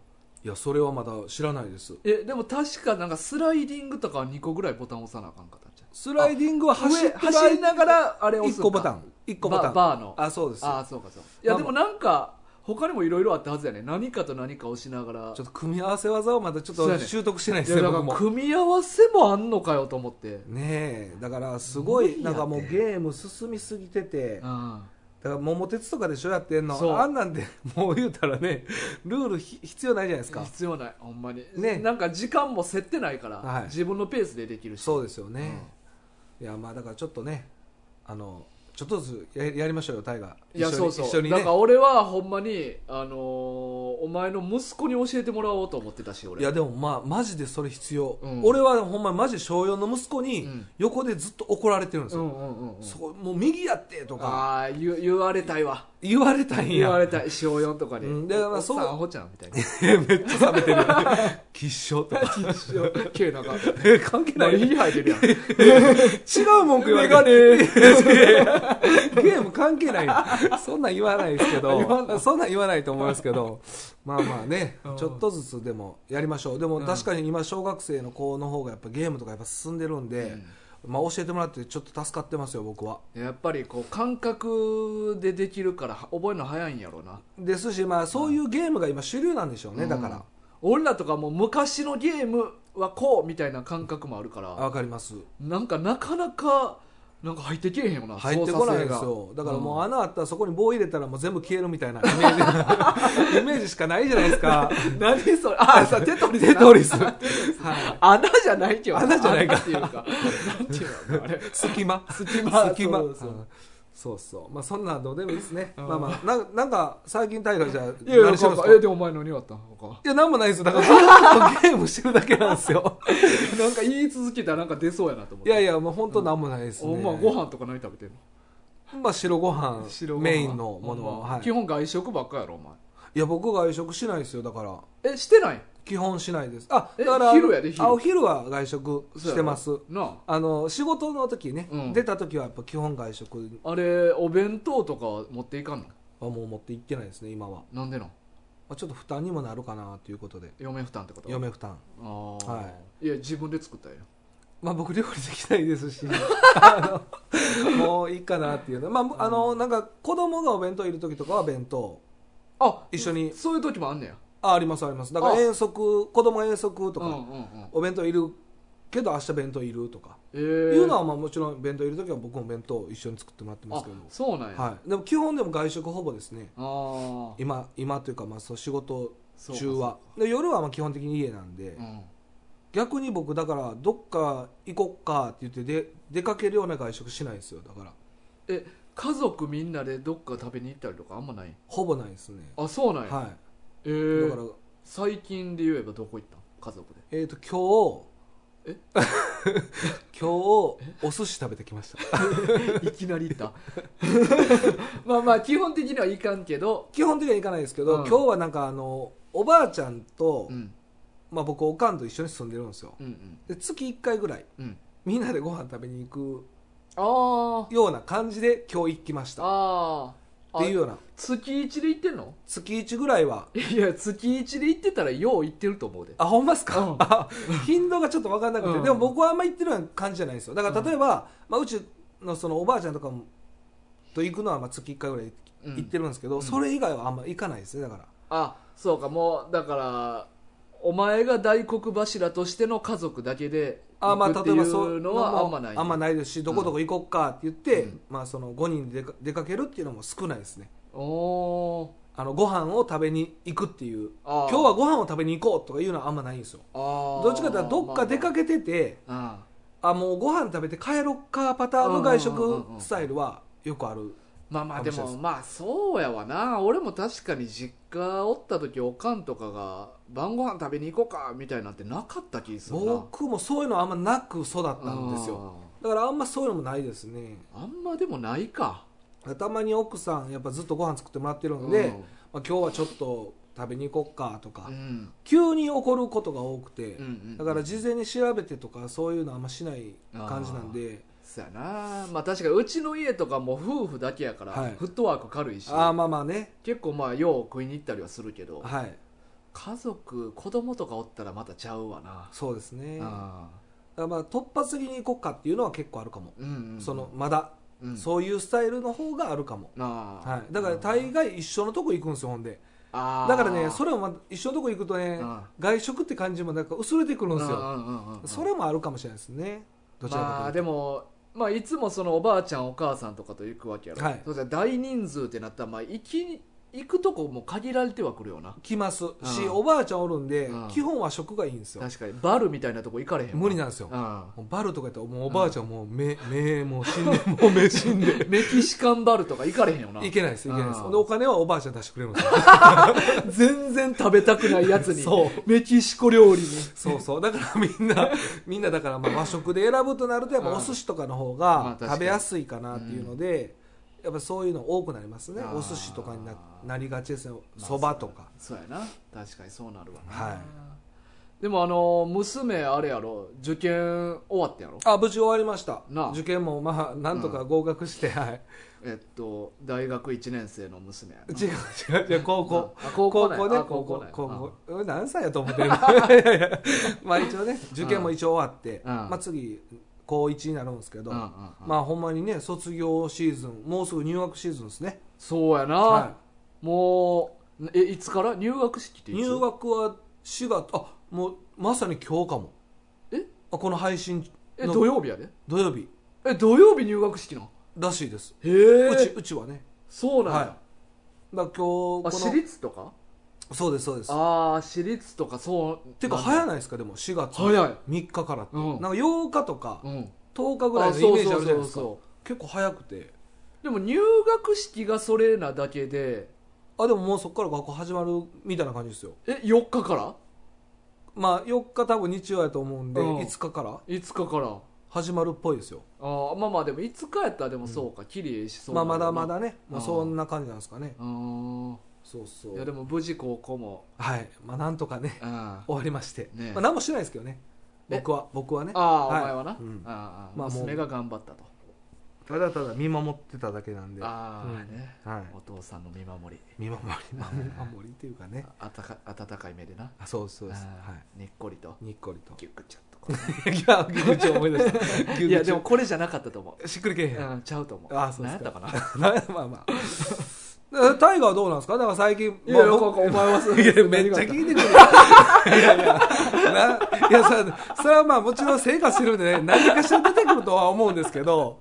S2: いやそれはまだ知らないです
S1: えでも確かなんかスライディングとかは2個ぐらいボタン押さなあかんかったんじゃん
S2: スライディングは走
S1: 上
S2: ってる
S1: 走りながらあれ押す
S2: 1
S1: んか
S2: 個ボタン1個ボタン
S1: ババーの
S2: あそうです
S1: ああそうかそういや
S2: まあ
S1: でもなんか他にもいろいろあったはずやね何かと何かをしながら
S2: ちょっと組み合わせ技をまだちょっ
S1: そう
S2: と
S1: やね
S2: 習得してないで
S1: い
S2: す
S1: や
S2: ね
S1: だか
S2: 僕
S1: ら
S2: も
S1: 組み合わせもあんのかよと思って
S2: ねえだからすごい
S1: 無理や
S2: な
S1: っ
S2: ん
S1: て
S2: かもうゲーム進みすぎててだ
S1: うん
S2: から桃鉄とかでしょやってん
S1: そう
S2: のあんなんでもう言うたらねルールひ必要ないじゃないですか
S1: 必要ないほんまに、
S2: ね
S1: なんか時間も競ってないから、
S2: はい
S1: 自分のペースでできるし
S2: そうですよねいやまあだからちょっとねあのちょっとずつややりましょうよタイガ
S1: いや
S2: 一緒
S1: そ
S2: に
S1: うそう
S2: 一緒に
S1: だ
S2: ね
S1: から俺はほんまに、あのーお前の息子に教えてもらおうと思ってたし俺
S2: いやでもまあマジでそれ必要
S1: うん
S2: 俺はほんまマジ小4の息子
S1: う
S2: に
S1: ん
S2: 横でずっと怒られてるんです
S1: う
S2: よ
S1: んうんうんうん
S2: そこもう右やってとか
S1: ああ言う言われたいわ
S2: 言われたん
S1: 言わ
S2: や
S1: れたい小4とかに、
S2: うん
S1: で
S2: でま
S1: お
S2: あ
S1: っさ
S2: そうん
S1: アホちゃんみたいな
S2: めっちゃ冷めて る吉祥とか
S1: 急になんか
S2: え関係ない
S1: 何
S2: 違
S1: 入ってるやん
S2: う文句言わ
S1: メ
S2: れて
S1: ガネ
S2: ゲーム関係ないそんなん言わないですけ
S1: 言わな
S2: どそんなん言わないと思いますけどまあまあね
S1: うん
S2: ちょっとずつでもやりましょうでも確かに今小学生の子の方がやっぱゲームとかやっぱ進んでるんで、まあ、教えてもらってちょっと助かってますよ僕は
S1: やっぱりこう感覚でできるから覚えるの早いんやろうな
S2: ですしまあそういうゲームが今主流なんでしょうね、だか
S1: うん
S2: ら
S1: 俺らとかもう昔のゲームはこうみたいな感覚もあるから
S2: わかります
S1: なんかなかなかなんか入ってけえへんよな
S2: 入ってこないんですよだからもう穴あったらそこに棒入れたらもう全部消えるみたいなイメー ジイメージしかないじゃないですか
S1: うん何 それあさテトリス
S2: テ
S1: な
S2: トリス
S1: 穴じゃないけど
S2: 穴じゃないか
S1: っていうかなんていうのあれ
S2: 隙間
S1: 隙間
S2: 隙間
S1: そうそう
S2: うんそうそうまあそんなどうでもいいですね
S1: うん
S2: まあまあななんか最近大河じゃあ
S1: いやいや
S2: 何してるんですか
S1: えでお前何があったのか
S2: いやなんもないです よだからずっとゲームしてるだけなんですよ
S1: なんか言い続けたらなんか出そうやなと思っ
S2: い
S1: て
S2: やいやもう本当なんもないですね
S1: お前ご飯とか何食べてんの
S2: まあ白ご飯
S1: 白ご飯
S2: メインの
S1: ほ
S2: もの
S1: ん
S2: は、
S1: ま
S2: はい、
S1: 基本外食ばっかやろお前
S2: いや僕外食しないですよだから
S1: えしてない
S2: 基本しないですあ
S1: え
S2: だから
S1: 昼やで昼
S2: あお昼は外食してます
S1: な
S2: あの仕事の時ね、
S1: うん
S2: 出た時はやっぱ基本外食
S1: ああれお弁当とかは持っていかんの
S2: はもう持って行ってないですね今は、ま
S1: なんでなん
S2: あ、ちょっと負担にもなるかなということで
S1: 嫁負担ってこと
S2: 嫁負担
S1: ああ、、
S2: はい
S1: や自分で作ったんや
S2: まあ僕料理できないで すしあのもういいかなっていうのまああのなんか子供がお弁当いる時とかは弁当
S1: あ
S2: 一緒に
S1: そういう時もあんねや
S2: あありますありますだから
S1: あ
S2: 遠足子供遠足とか、
S1: うんうんうん
S2: お弁当いるけど明日弁当いるとか、
S1: え
S2: いう
S1: ー
S2: のはまあもちろん弁当いる時は僕も弁当一緒に作ってもらってます
S1: あ
S2: けど
S1: そうなんや、あ
S2: はい、でも基本でも外食ほぼですね
S1: あ
S2: 今今というかまあそう仕事
S1: そうか
S2: 中はで夜はまあ基本的に家なんで、
S1: うん
S2: 逆に僕だからどっか行こっかって言ってで出かけるような外食しないんですよだから
S1: え家族みんなでどっか食べに行ったりとかあんまない
S2: ほぼないですね
S1: あそうなんや、
S2: は
S1: え
S2: い、
S1: ー、
S2: だから
S1: 最近で言えばどこ行ったん家族 で
S2: えっ、と今日
S1: え
S2: 今日お寿司食べてきました
S1: いきなりいた まあまあ基本的にはいかんけど
S2: 基本的には行かないですけど、
S1: うん
S2: 今日はなんかあのおばあちゃんと、
S1: うん
S2: まあ、僕おかんと一緒に住んでるんですよ
S1: うんうん
S2: で月1回ぐらい
S1: うん
S2: みんなでご飯食べに行く
S1: あー
S2: ような感じで今日行きました
S1: あ
S2: っていうような
S1: 月1で行ってんの
S2: 月1ぐらいはい
S1: や月1で行ってたらよう行ってると思うで
S2: あほんまっすか、
S1: うん
S2: あ 頻度がちょっと分かんなくて、
S1: うん
S2: でも僕はあんま行ってるような感じじゃないんですよだから例えば、うまあ、うちのそのおばあちゃんとかもと行くのはまあ月1回ぐらい
S1: うん
S2: 行ってるんですけど、
S1: ん
S2: それ以外はあんま行かないですねだから
S1: あそうかもうだからお前が大黒柱としての家族だけで
S2: あまあ
S1: 行くって
S2: 例え
S1: い
S2: ばそうう
S1: のはあんまない
S2: あんまないですしどこどこ行こっかって言って、
S1: うん
S2: まあ、その5人で出か出かけるっていうのも少ないですね
S1: おー
S2: あのご飯を食べに行くっていう
S1: あ
S2: 今
S1: ー
S2: 日はご飯を食べに行こうとかいうのはあんまないんですよ
S1: あー
S2: どっちかというとどっか出かけてて、
S1: まあまあ
S2: あもうご飯食べて帰ろっかパターンの外食スタイルはよくある
S1: まあまあで
S2: かもしれない
S1: も
S2: で
S1: まあそうやわな俺も確かに実家おった時おかんとかが晩ご飯食べに行こうかみたいなんてなかった気するな
S2: 僕もそういうのあんまなく育ったんですよだからあんまそういうのもないですね
S1: あーあんまでもないか
S2: たまに奥さんやっぱずっとご飯作ってもらってるんで、
S1: うん
S2: まあ、今日はちょっと食べに行こっかとか、
S1: うん
S2: 急に起こることが多くて、
S1: うんうん
S2: だから事前に調べてとかそういうのあんましない感じなんで
S1: そうやなまあ確かにうちの家とかも夫婦だけやから
S2: はい
S1: フットワーク軽いし
S2: ああまあまあね
S1: 結構まあよう食いに行ったりはするけど
S2: はい
S1: 家族子供とかおったらまたちゃうわな
S2: そうですねだか
S1: あ
S2: らまあ突発的に行こっかっていうのは結構あるかも、
S1: ーうんうん
S2: そのまだ、
S1: うん
S2: そういうスタイルの方があるかも、
S1: あー
S2: はい、だから大概一緒のとこ行くんですよほんで
S1: あー
S2: だからねそれもまた一緒のとこ行くとね
S1: うん
S2: 外食って感じもなんか薄れてくるんですよ
S1: うんうんうんうん
S2: それもあるかもしれないですねどちら
S1: まあ
S2: かと
S1: で
S2: いうと、
S1: も、まあ、いつもそのおばあちゃんお母さんとかと行くわけやろ、
S2: はい
S1: そしたら大人数ってなったら、まあ、行き行くとこも限られてはくるよな
S2: 来ますし、
S1: うん
S2: おばあちゃんおるんで、
S1: うん
S2: 基本は食がいいんですよ
S1: 確かにバルみたいなとこ行かれへんわ
S2: 無理なんですよ
S1: う
S2: もうバルとかやったらもうおばあちゃんもう目、目もう死んでもう目死ん で
S1: んメキシカンバルとか行かれへんよない
S2: け ないですいけないです
S1: あー
S2: でお金はおばあちゃん出してくれるんですよ
S1: 全然食べたくないやつに
S2: そう
S1: メキシコ料理に
S2: そうそうだからみ んなみんなだからまあ和食で選ぶとなるとやっぱ
S1: うん
S2: お寿司とかの方
S1: まあ
S2: が
S1: 確かに
S2: 食べやすいかなっていうので、やっぱそういうの多くなりますね
S1: あー
S2: お寿司とかにななりがちですね
S1: まあ
S2: そばとか
S1: そうやな確かにそうなるわな、
S2: は
S1: でもあの娘あれやろ受験終わってやろ
S2: あ無事終わりました
S1: なあ
S2: 受験もまあなんとか合格して、はい
S1: えっと大学1年生の娘やな
S2: 違う違う違う高校
S1: あ高校
S2: 高
S1: ね
S2: 校ね
S1: あ高
S2: 高校高
S1: 校ね
S2: 校うん何歳やと思っ てるいやいや まあ一応ね受験も一応終わって、
S1: うん
S2: まあ、次高1になるんですけど、
S1: うんうんうん
S2: まあほんまにね卒業シーズンもうすぐ入学シーズンですね、
S1: そうやな、
S2: は
S1: もうえいつから入学式って
S2: い、
S1: いつ
S2: 入学は4月あもうまさに今日かも
S1: え
S2: あこの配信
S1: え
S2: の
S1: 土曜日やで
S2: 土曜日
S1: え土曜日入学式なん
S2: らしいです、
S1: へ
S2: うち
S1: え
S2: うちはね
S1: そうなんや、
S2: はいだから今日こ
S1: あ私
S2: の
S1: 立とか
S2: そうですそうです
S1: ああ私立とかそう
S2: てか
S1: なん
S2: 早
S1: だ
S2: ないですかでも4月
S1: 早い
S2: 3日からって、
S1: うん
S2: なんか8日とか
S1: うん
S2: 10日ぐらいのイメージあるじゃないですか結構早くて
S1: でも入学式がそれなだけで
S2: あでももうそこから学校始まるみたいな感じですよ
S1: え4日から
S2: まあ4日多分日曜やと思うんで、
S1: うん
S2: 5日から
S1: 5日から
S2: 始まるっぽいですよ、
S1: あーまあまあでも5日やったらでもそうか、きりえいしそう
S2: ま
S1: な
S2: あ
S1: の
S2: ま
S1: か
S2: だ
S1: な
S2: まだね、まあ、
S1: うん
S2: そんな感じなんですかね、
S1: うん
S2: そうそ
S1: いや
S2: う
S1: でも無事高校も
S2: はいまあなんとかね
S1: うん
S2: 終わりまして、
S1: ね
S2: まあ、何もしてないですけどね
S1: え
S2: 僕は僕はね
S1: ああ、
S2: はい
S1: お前はな、
S2: うん
S1: ああ
S2: まあもう
S1: 娘が頑張ったと
S2: ただただ見守ってただけなんで
S1: ああ、
S2: うん
S1: ね、
S2: はい
S1: お父さんの見守り
S2: 見守りまあ見守りっていうかね
S1: あ温か温かい目でな
S2: あそうそうです、
S1: ああ
S2: は
S1: にっこりと
S2: い、にっこりと
S1: ギュッグちゃっとこう
S2: いや牛乳思い出した
S1: いやでもこれじゃなかったと思う、
S2: しっくりけえへん、
S1: うん、ちゃうと思う
S2: あそうで
S1: 何
S2: す
S1: やっ
S2: か
S1: たかな
S2: な まあまあ。タイガーはどうなんですかだから最近、
S1: いや
S2: まあ
S1: よくわかんお前はそう
S2: いやめっちゃ聞いてくる。いやいや、ないやさ、それはまあもちろん生活してるんでね、何かしら出てくるとは思うんですけど、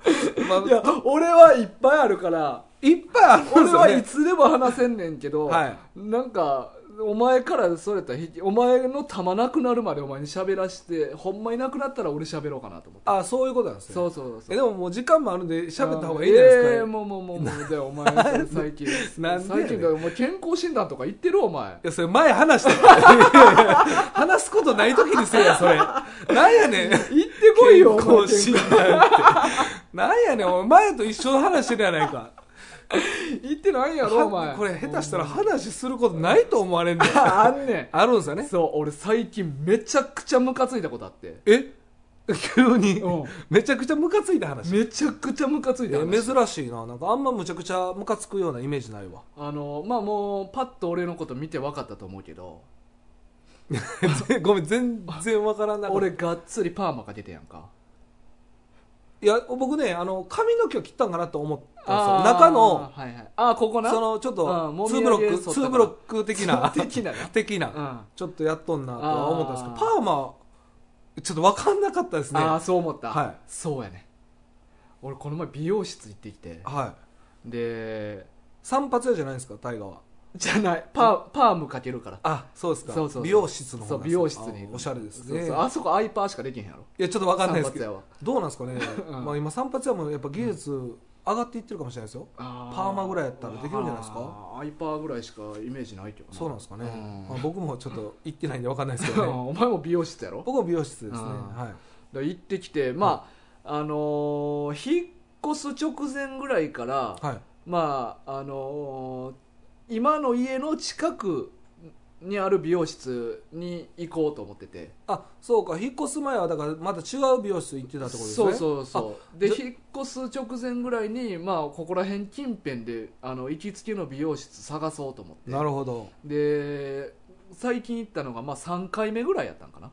S2: まあ、
S1: いや俺はいっぱいあるから
S2: いっぱいあるんです
S1: 俺
S2: よ、
S1: は
S2: ね。
S1: いつでも話せんねんけど、
S2: はい
S1: なんかお前からそれたら引きお前の玉なくなるまでお前に喋らしてほんまいなくなったら俺喋ろうかなと思って
S2: あ、そういうことなんですね。
S1: そうそうそう
S2: えでももう時間もあるんで喋った方がいいんじゃないです
S1: え
S2: か
S1: ー
S2: ね。
S1: もうもうもうもうで お前それ最近
S2: なんでやねん
S1: 最近だよお前健康診断とか言ってるお前
S2: いや、それ前話したよいやいや話すことない時にせえよ、それ。なんやねん。
S1: 言ってこいよお前
S2: 健康診断って。なんやねん、お前前と一緒の話してるやないか。
S1: 言ってないやろお前
S2: はこれ下手したら話することないと思われるんだ
S1: ああんね
S2: あるんですよ
S1: ん
S2: ね
S1: そう俺最近めちゃくちゃムカついたことあって
S2: え急に
S1: うん
S2: めちゃくちゃムカついた話
S1: めちゃくちゃムカつい
S2: い
S1: た
S2: や
S1: 話
S2: 珍しいななんかあんまむちゃくちゃムカつくようなイメージないわ
S1: あのまあもうパッと俺のこと見て分かったと思うけど
S2: ごめん全然わからなかった
S1: 俺がっつりパーマかけてやんか
S2: いや僕ねあの髪の毛を切ったんかなと思ったんですよ
S1: ー
S2: 中の
S1: はいはい、ああここな
S2: そのちょっと
S1: うんもみ
S2: 2
S1: あげ
S2: ブロッ
S1: 剃った
S2: ク
S1: から
S2: 2ブロック的な
S1: 的 な
S2: 的な、
S1: うん
S2: ちょっとやっとんなとは思ったんですけど
S1: あ
S2: パーマちょっと分かんなかったですね
S1: あ
S2: は
S1: あそう思った、
S2: はい
S1: そうやね俺この前美容室行ってきて
S2: い
S1: で
S2: 散髪屋じゃないですか大河は
S1: じゃないパーパームかけるから
S2: あそうですか
S1: そうそうそう
S2: 美容室の方
S1: そう
S2: なんですね
S1: 美容室に
S2: あおしゃれです
S1: そう
S2: ね
S1: そうあそこアイパーしかできへんやろ
S2: いやちょっと分かんないですけ
S1: 散髪屋
S2: ど
S1: は
S2: どうなんですかね、
S1: うん
S2: まあ、今散髪屋もやっぱ技術上がっていってるかもしれないですよ、
S1: パ
S2: パーマぐらいやったらできるんじゃないですか
S1: アイパーぐらいしかイメージないけど
S2: そうなんですかね、
S1: うん
S2: まあ、僕もちょっと行ってないんで分かんないですけ
S1: う
S2: どね
S1: んお前も美容室やろだか
S2: 僕も美容室ですね、
S1: うん
S2: はい
S1: ら行ってきてまあ、あのー引っ越す直前ぐらいから、
S2: はい
S1: まああのー今の家の近くにある美容室に行こうと思ってて
S2: あそうか引っ越す前はだからまた違う美容室行ってたところですね
S1: そうそうそうで
S2: じ
S1: 引っ越す直前ぐらいに、まあ、ここら辺近辺であの行きつけの美容室探そうと思って
S2: なるほど
S1: で最近行ったのが、まあ、3回目ぐらいやったんかな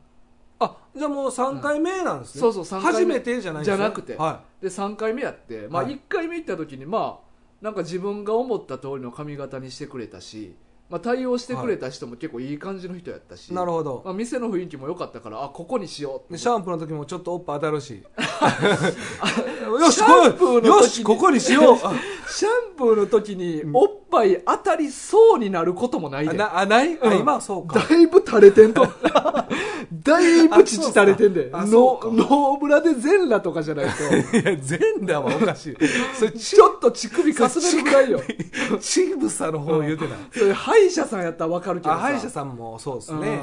S2: あじゃあもう3回目なんですね、
S1: そうそう三回目
S2: 初めてじゃないんですね
S1: じゃなくて
S2: は
S1: で3回目やって、まあ、
S2: はい
S1: 1回目行った時に、まあ、なんか自分が思った通りの髪型にしてくれたし、まあ、対応してくれた人も結構いい感じの人やったし、
S2: いなるほど
S1: まあ、店の雰囲気も良かったからあここにしよう
S2: で
S1: って
S2: シャンプーの時もちょっとおっぱ当た るしよし
S1: シャンプーの時に
S2: よしここにしようあ
S1: シャンプーの時におっぱい当たりそうになることもないでだ
S2: な あない、あ
S1: うん
S2: 今はそうか
S1: いぶ垂れてんとだいぶ乳垂れてんで
S2: あ
S1: ノ
S2: そうかあそうか
S1: ノーブラで全裸とかじゃない と
S2: いや全だわおか しいそれ
S1: ちょっと乳首かすめるぐらいよ
S2: ちぶさの方言うてない、
S1: それ歯医者さんやったら分かるけど
S2: あ
S1: さ
S2: 歯医者さんもそうですね、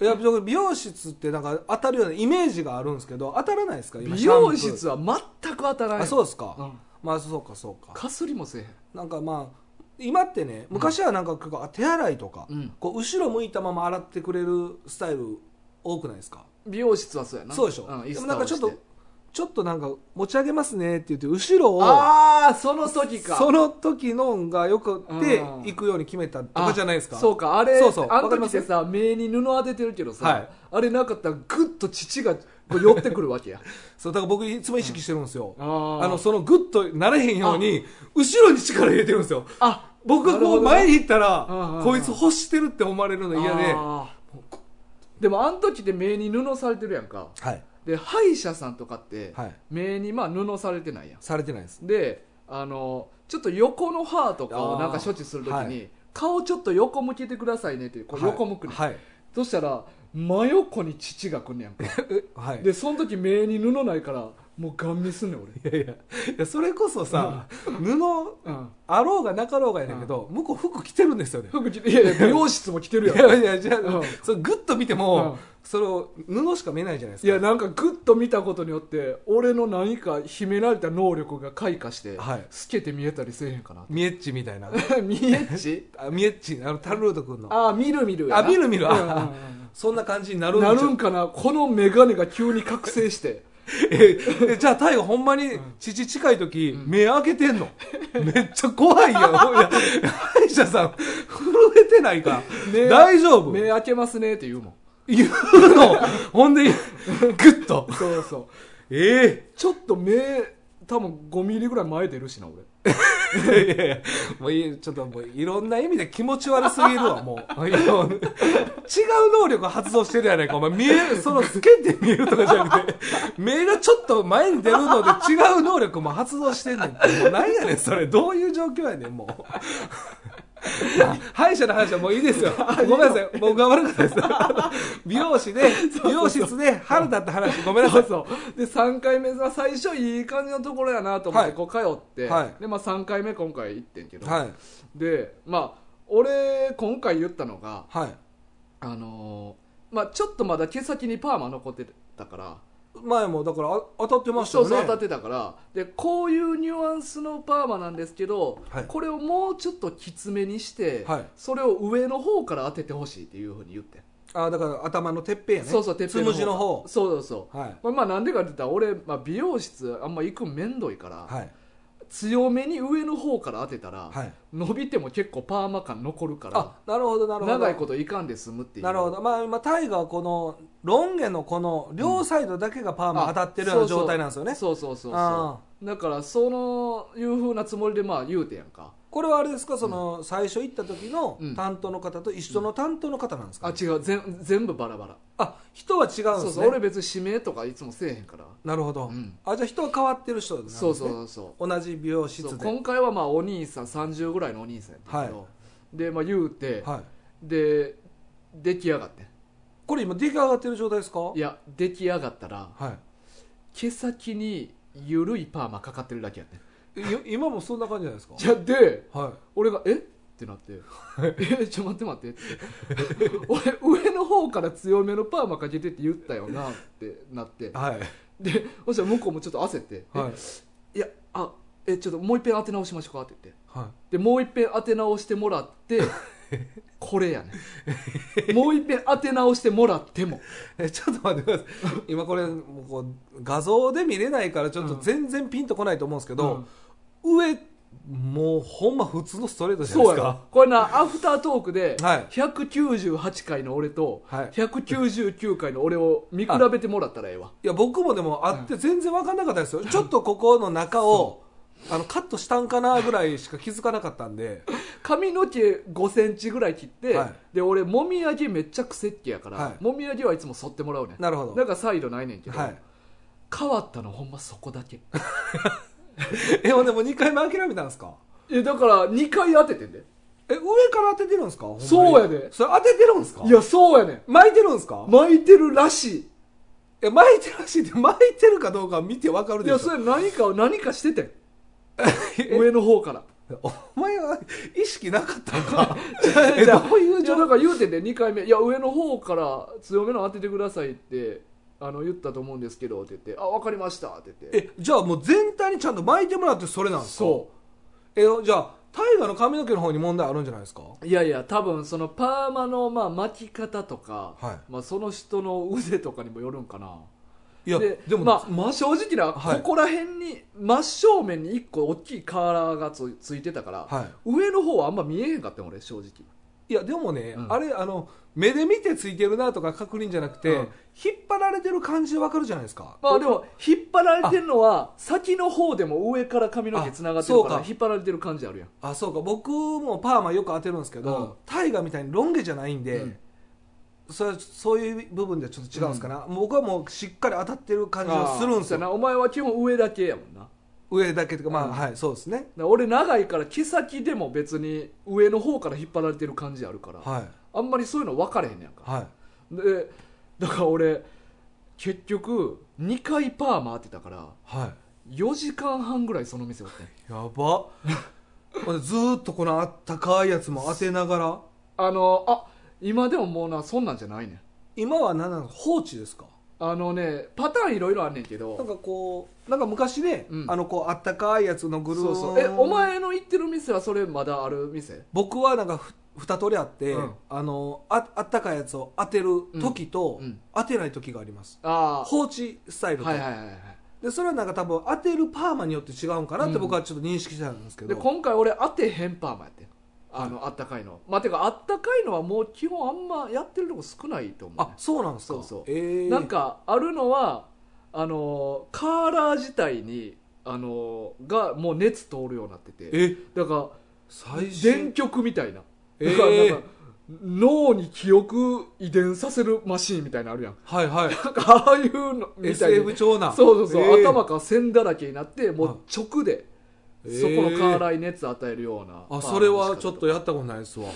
S2: いや僕美容室ってなんか当たるようなイメージがあるんですけど当たらないですか
S1: うん
S2: 今
S1: 美容
S2: シャンプ
S1: 室は全く当たら
S2: ー
S1: ない
S2: あそうですか、
S1: うん
S2: まあそうかそうか
S1: かすりもせえへん
S2: なんかまあ今ってね昔はなんか結構手洗いとか、
S1: うん
S2: こう後ろ向いたまま洗ってくれるスタイル多くないですか
S1: 美容室はそうやな
S2: そうでしょ、
S1: ん、椅
S2: で
S1: 子
S2: もなんかちょっ
S1: 倒
S2: と
S1: して
S2: ちょっとなんか持ち上げますねって言って後ろを
S1: ああその時か
S2: その時のがよくって
S1: うん
S2: 行くように決めたとかじゃないですか
S1: あそうかあれ
S2: そうそう
S1: あ
S2: わ
S1: の
S2: かりま
S1: 時
S2: す
S1: ってさ目に布当ててるけどさ、
S2: はい
S1: あれなかったらグッと乳がこう寄ってくるわ けや
S2: そうだから僕いつも意識してるんですよ、
S1: うんあー
S2: のそのグッとなれへんように後ろに力入れてるんですよ
S1: あ
S2: 僕がこう前に行ったら、
S1: うんうんうん
S2: こいつ干してるって思われるの嫌で、は
S1: でもあの時って目に布されてるやんか
S2: い、
S1: で歯医者さんとかって、
S2: はい
S1: 目にまあ布されてないやん
S2: されてないです
S1: であのちょっと横の歯とか
S2: あ
S1: を
S2: ー
S1: なんか処置する時に、
S2: はい
S1: 顔ちょっと横向けてくださいねってこう横向くね、
S2: はい、
S1: そしたら真横に乳がくんねやんか
S2: はいはい、
S1: でその時目に布ないからもうガン見すんねん俺
S2: いやいやいやそれこそさ、布
S1: うん
S2: あろうがなかろうがやねんけど、向こう服着てるんですよね
S1: 服着ていやいや美容室も着てるや
S2: い
S1: んい
S2: やいやじゃあ、
S1: うん
S2: それグッと見ても、
S1: うん
S2: それを布しか見えないじゃないですか
S1: やなんかグッと見たことによって俺の何か秘められた能力が開花して、
S2: はい
S1: 透けて見えたりせえへんかな
S2: ミエッチみたいな
S1: 見えっち
S2: あミエッチあのタルート君の
S1: ああ見る見るやな
S2: あ見る見るあ
S1: うんうん
S2: そんな感じにな
S1: う
S2: る
S1: ん
S2: ん
S1: な
S2: でし
S1: る
S2: ょ
S1: んかなこの眼鏡が急に覚醒して
S2: ええじゃあ大河ほんまに父近い時、目開けてんのめっちゃ怖いよいや歯医者さん震えてない か
S1: 目
S2: 大丈夫
S1: 目開けますねって言うもん
S2: 言うのほんでグッと
S1: そうそう
S2: え
S1: ちょっと目多分5ミリぐらい前出るしな俺
S2: えいやいやもういいちょっともういろんな意味で気持ち悪すぎるわもういや違う能力発動してるやないかお前見えその透けて見えるとかじゃなくて目がちょっと前に出るので違う能力も発動してんねんってもうなんやねんそれどういう状況やねんもう 歯医者の話はもういいですよ。ごめんなさい。僕が悪かったです。 美容師で、美容室で腹立った話、ごめんな
S1: そ。
S2: さいう
S1: そうで3回目は最初いい感じのところやなと思っ
S2: は
S1: て
S2: い
S1: こう通って、
S2: はい
S1: でまあ、3回目今回行ってんけど、
S2: はい。
S1: でまあ俺今回言ったのが
S2: はい。
S1: あのーまあちょっとまだ毛先にパーマ残ってたから
S2: 前もだからあ当たってました
S1: そう
S2: よね。
S1: そう当たってたからでこういうニュアンスのパーマなんですけど、
S2: はい
S1: これをもうちょっときつめにして、
S2: はい
S1: それを上の方から当ててほしいっていうふうに言って
S2: あだから頭のてっぺんやね
S1: そうそうてっぺん
S2: つむじの方
S1: そうそうそう
S2: はい
S1: まあまあなんでかって言ったら俺、まあ、美容室あんま行くんめんどいから、
S2: はい
S1: 強めに上の方から当てたら、
S2: はい
S1: 伸びても結構パーマ感残るから
S2: あなるほどなるほど
S1: 長いこといかんで済むっていう
S2: なるほどまあ今タイガーはこのロン毛のこの両サイドだけがパーマ当たってるような状態なんですよね、
S1: そうそうそうそう
S2: あ
S1: だからそのいうふうなつもりでまあ言うてやんか
S2: これはあれですかその最初行った時の
S1: うん
S2: 担当の方と一緒の担当の方なんですか、
S1: あ違う全全部バラバラ
S2: あ人は違うんですね
S1: そうそう俺別に指名とかいつもせえへんから
S2: なるほど、
S1: うん
S2: あじゃあ人は変わってる人なんですね
S1: そうそうそうそう
S2: 同じ美容室
S1: そう
S2: で
S1: 今回はまあお兄さん30ぐらいのお兄さんやったけど、
S2: は
S1: で、まあ、言うて、
S2: はい、
S1: で出来上がってん
S2: これ今出来上がってる状態ですか
S1: いや出来上がったら
S2: は
S1: 毛先に緩いパーマかかってるだけやってん
S2: いい今もそんな感じじゃないですか
S1: じゃで
S2: はい
S1: 俺が「えっ?」てなって 「えちょ待って待って」 って俺上の方から強めのパーマかけてって言ったよなってなって
S2: はい
S1: でそしたら向こうもちょっと焦って「
S2: はい
S1: い、やあえちょっともう一遍当て直しましょうか」って言って
S2: は
S1: でもう一遍当て直してもらってこれやねもう一遍当て直してもらっても
S2: い えちょっと待ってください今これもうこう画像で見れないからちょっと全然ピンとこないと思うんですけど、上もうほんま普通のストレートじゃない
S1: そ
S2: で
S1: う
S2: す
S1: や
S2: か
S1: これなアフタートークで
S2: はい
S1: 198回の俺と
S2: はい
S1: 199回の俺を見比べてもらったらええわ
S2: いや僕もでもあって全然分かんなかったですよ、ちょっとここの中をあのカットしたんかなぐらいしか気づかなかったん で
S1: 髪の毛5センチぐらい切って、
S2: はい
S1: で俺もみあげめっちゃくせっ毛やから、
S2: はい
S1: もみあげはいつも剃ってもらうねん
S2: なるほど
S1: だからサイドないねんけど、
S2: はい
S1: 変わったのほんまそこだけ
S2: えほんでもう2回目諦めたんですか
S1: えだから2回当ててんで
S2: え上から当ててるんですかほんまに
S1: そうやで
S2: それ当ててるんですか
S1: いやそうやねん
S2: 巻いてるんですか
S1: 巻いてるらしい
S2: いや巻いてるらしいって巻いてるかどうかは見てわかる
S1: い
S2: で
S1: や
S2: しょ
S1: それ何か何かしてて ん上の方から
S2: お前は意識なかったん か
S1: い
S2: え
S1: や
S2: どうい
S1: い
S2: う
S1: や
S2: 状
S1: な
S2: 況
S1: んか言うてて2回目「いや上の方から強めの当ててください」ってあの言ったと思うんですけどって言って「あ分かりました」って言って
S2: えじゃあもう全体にちゃんと巻いてもらってそれなんですか
S1: そう
S2: えじゃあ大河の髪の毛の方に問題あるんじゃないですか
S1: いやいや多分そのパーマのまあ巻き方とか、
S2: は
S1: まあ、その人の腕とかにもよるんかない
S2: や
S1: で
S2: でも、
S1: まあ、正直な、
S2: はい
S1: ここら辺に真正面に1個大きいカーラーがつついてたから、
S2: はい
S1: 上の方はあんま見えへんかったよ俺正直
S2: いやでもね、
S1: うん
S2: あれあの目で見てついてるなとか確認じゃなくて、
S1: うん
S2: 引っ張られてる感じでわかるじゃないですか、
S1: まあでも引っ張られてるのは先の方でも上から髪の毛つながってるか
S2: あ
S1: ら
S2: そうか
S1: 引っ張られてる感じあるやん
S2: あそうか僕もパーマよく当てるんですけど、
S1: うん
S2: 大河みたいにロン毛じゃないんで、
S1: うん
S2: それはそういう部分でちょっと違うんですかな、僕はもうしっかり当たってる感じがするんです
S1: あーそうや
S2: よ
S1: なお前は基本上だけやもんなだか
S2: 上だけとかまあ、
S1: うん
S2: はいそうですね
S1: ら俺長いから毛先でも別に上の方から引っ張られてる感じあるから、
S2: はい
S1: あんまりそういうの分かれへんねやんか
S2: はい
S1: でだから俺結局2回パーマ当てたから
S2: は
S1: 4時間半ぐらいその店おってん
S2: いやば ほんでずーっとこのあったかいやつも当てながら
S1: あのあ今でももうなそんなんじゃないねん
S2: 今は何なの放置ですか
S1: あのねパターンいろいろあんねんけ
S2: なん
S1: ど
S2: かこうなんか昔ね、
S1: うん
S2: あのこうあったかいやつのグルー
S1: そうそうえお前の行ってる店はそれまだある店
S2: 僕はなんかふ二通りあって、
S1: うん
S2: あのああったかいやつを当てる時と、
S1: うんうん
S2: 当てない時があります
S1: あ
S2: 放置スタイル
S1: あ
S2: と、
S1: はいはいはいはい
S2: でそれはなんか多分当てるパーマによって違うんかなって僕はちょっと認識してたんですけど、
S1: で今回俺当てへんパーマやってんあの、あったかいのまあてかあったかいのはもう基本あんまやってるとこ少ないと思うね
S2: あそうなんですか
S1: そうそう
S2: えー
S1: なんかあるのはあのーカーラー自体にあのーがもう熱通るようになってて
S2: え
S1: だか
S2: 最
S1: ら
S2: 新
S1: 電極みたいな,、
S2: えー
S1: だからなんか脳に記憶遺伝させるマシーンみたいなのあるやん
S2: はいはい
S1: なんかああいうのみたい
S2: SF
S1: な
S2: 長男
S1: そうそうそう、
S2: えー
S1: 頭から線だらけになっても
S2: は
S1: う直で、
S2: えー
S1: そこのカーラーに熱与えるような
S2: あそれはちょっと
S1: や
S2: やったことないですわ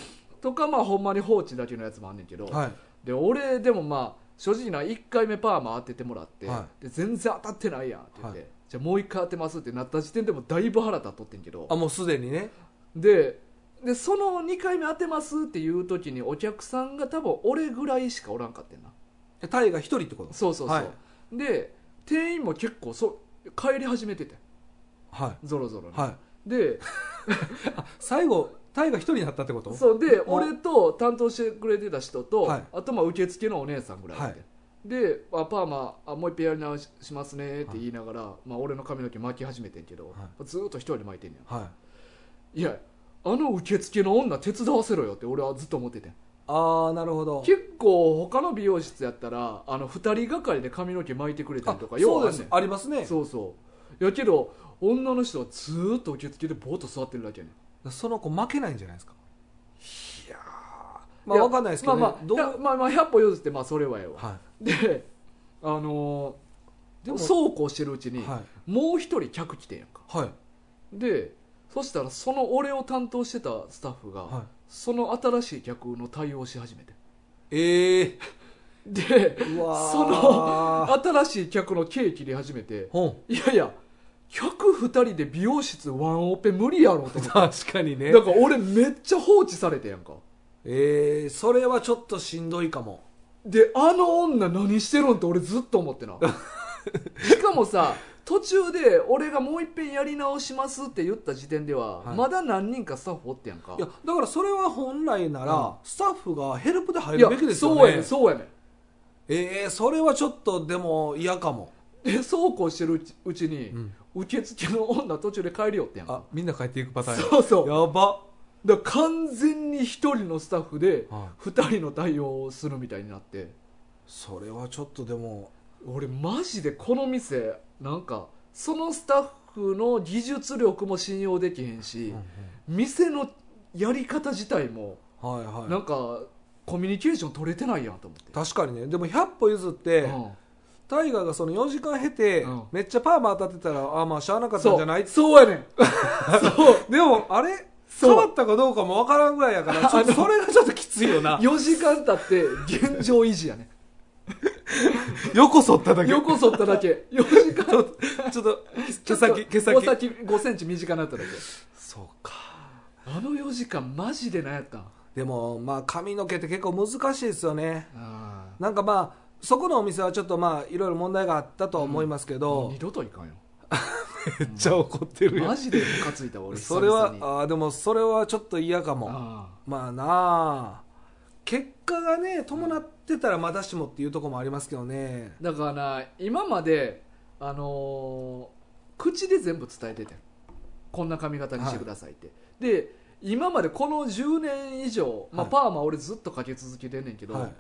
S1: とかまあほんまに放置だけのやつもあんねんけど、
S2: はい
S1: で俺でもまあ正直な1回目パーマ当ててもらって、
S2: は
S1: で全然当たってないやんって言って、
S2: はい
S1: じゃあもう1回当てますってなった時点でもうだいぶ腹立っとってんけど
S2: あもうすでにね
S1: ででその2回目当てますっていう時にお客さんが多分俺ぐらいしかおらんかってんな
S2: タイが一人ってこと
S1: そうそうそう、
S2: はい
S1: で店員も結構そう帰り始めてて
S2: は
S1: ぞろぞろ
S2: い
S1: に、
S2: はい
S1: で
S2: 最後タイが一人になったってこと
S1: そうで
S2: お
S1: 俺と担当してくれてた人と、
S2: はい
S1: あとまあ受付のお姉さんぐらいで、
S2: はい
S1: であパーマあもう一遍やり直ししますねって言いながら、まあ、俺の髪の毛巻き始めてんけど、
S2: は
S1: ずーっと一人で巻いてんね
S2: はい
S1: んいやあの受付の女手伝わせろよって俺はずっと思っててん
S2: ああなるほど
S1: 結構他の美容室やったらあの二人がかりで髪の毛巻いてくれた
S2: あ
S1: りとかよ
S2: そう
S1: うあん
S2: で
S1: ね
S2: す
S1: ん
S2: ありますね
S1: そうそうやけど女の人はずーっと受付でぼーっと座ってるだけやねん
S2: その子負けないんじゃないですかいや
S1: い
S2: ま
S1: や
S2: あわかんないですけどね
S1: まあまあ
S2: どう
S1: いやまあまあ100歩譲ってまあそれはええわ、
S2: は
S1: であの
S2: い
S1: ーそうこうしてるうちに、
S2: はい
S1: もう一人客来てんやんか
S2: はい
S1: でそしたらその俺を担当してたスタッフが、
S2: はい
S1: その新しい客の対応し始めて
S2: ええ
S1: で
S2: ー、うわー
S1: そ の新しい客の経切り始めて
S2: ほん
S1: いやいや客2人で美容室ワンオペ無理やろと思 って
S2: 確かにね
S1: だから俺めっちゃ放置されてんやんか
S2: ええー、それはちょっとしんどいかも
S1: であの女何してるんって俺ずっと思 ってなしかもさ途中で俺がもう一遍やり直しますって言った時点では、
S2: はい
S1: まだ何人かスタッフおってやんか
S2: いやだからそれは本来なら、
S1: うん
S2: スタッフがヘルプで入
S1: い
S2: るべきですよ
S1: そうやね
S2: ね
S1: んそうやねん
S2: ええー、それはちょっとでも嫌かも、
S1: でそうこうしてるうちうちに、
S2: ん、
S1: 受付の女途中で帰りよってやん
S2: あ
S1: か
S2: みんな帰っていくパターンや
S1: そうそう
S2: やば
S1: だから完全に一人のスタッフで
S2: は
S1: 二人の対応をするみたいになって
S2: それはちょっとでも
S1: 俺マジでこの店なんかそのスタッフの技術力も信用できへんし、店のやり方自体も
S2: はいはい
S1: なんかコミュニケーション取れてないやんと思って、
S2: 確かにねでも100歩譲って、
S1: う
S2: タイガーがその4時間経て、
S1: うん
S2: めっちゃパーマ当たってたらああまあしゃあなか
S1: ん、
S2: った
S1: そ
S2: ん
S1: う
S2: じゃない
S1: そうやねん そう
S2: でもあれ
S1: そう
S2: 変わったかどうかもわからんぐらいやからちょっとそれがちょっときつい よな
S1: 4時間経って現状維持やね
S2: 横反っただ
S1: ん
S2: ちょ
S1: 横反っただけ4時間
S2: っとちょっと 毛先毛
S1: お
S2: 先
S1: 先5センチ短なっただけ
S2: そうか
S1: あの4時間マジで何やったん
S2: でもまあ髪の毛って結構難しいですよね
S1: あ
S2: なんかまあそこのお店はちょっとまあいろいろ問題があったとは思いますけ
S1: も
S2: ど、
S1: う二度といかんよ
S2: めっちゃ怒って
S1: マジでムカついたわ俺
S2: それは
S1: 久々に
S2: ああでもそれはちょっと嫌かも
S1: あ
S2: まあなあ結果がね伴ってたらまだしもっていうところもありますけどね
S1: あだからな今まであのー口で全部伝えててんこんな髪型にしてくださいって、で今までこの10年以上、まあ、
S2: はい
S1: パーマ俺ずっとかけ続けてんねんけど、
S2: はい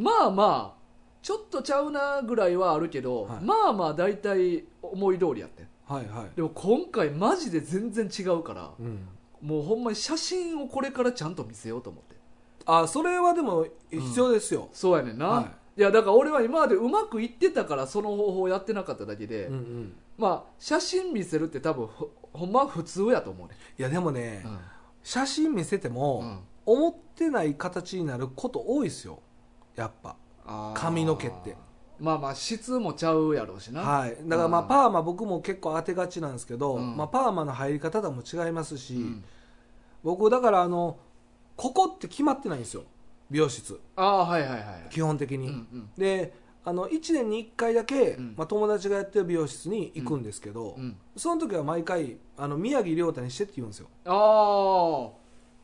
S1: まあまあちょっとちゃうなぐらいはあるけど、
S2: はい
S1: まあまあ大体思い通りやってん
S2: はいはい
S1: でも今回マジで全然違うから、
S2: うん
S1: もうほんまに写真をこれからちゃんと見せようと思って
S2: あそれはでも必要ですよ、
S1: そうやねんな、、
S2: はい
S1: やだから俺は今までうまくいってたからその方法をやってなかっただけで、
S2: うんうん
S1: まあ写真見せるって多分ほほんまは普通やと思うね
S2: いやでもね、
S1: ん、
S2: 写真見せても、
S1: うん
S2: 思ってない形になること多いですよやっぱ
S1: あー
S2: 髪の毛って
S1: まあまあ質もちゃうやろうしな、
S2: はいだからまあ
S1: うん
S2: パーマ僕も結構当てがちなんですけど、
S1: うん
S2: まあ、パーマの入り方とかも違いますし、
S1: うん
S2: 僕だからあのここって決まってないんですよ美容室
S1: ああはいはいはいはい
S2: 基本的に、
S1: うんうん
S2: であの1年に1回だけ、
S1: うん
S2: まあ、友達がやってる美容室に行くんですけど、
S1: うん
S2: その時は毎回あの宮城亮太にしてって言うんですよ
S1: ああは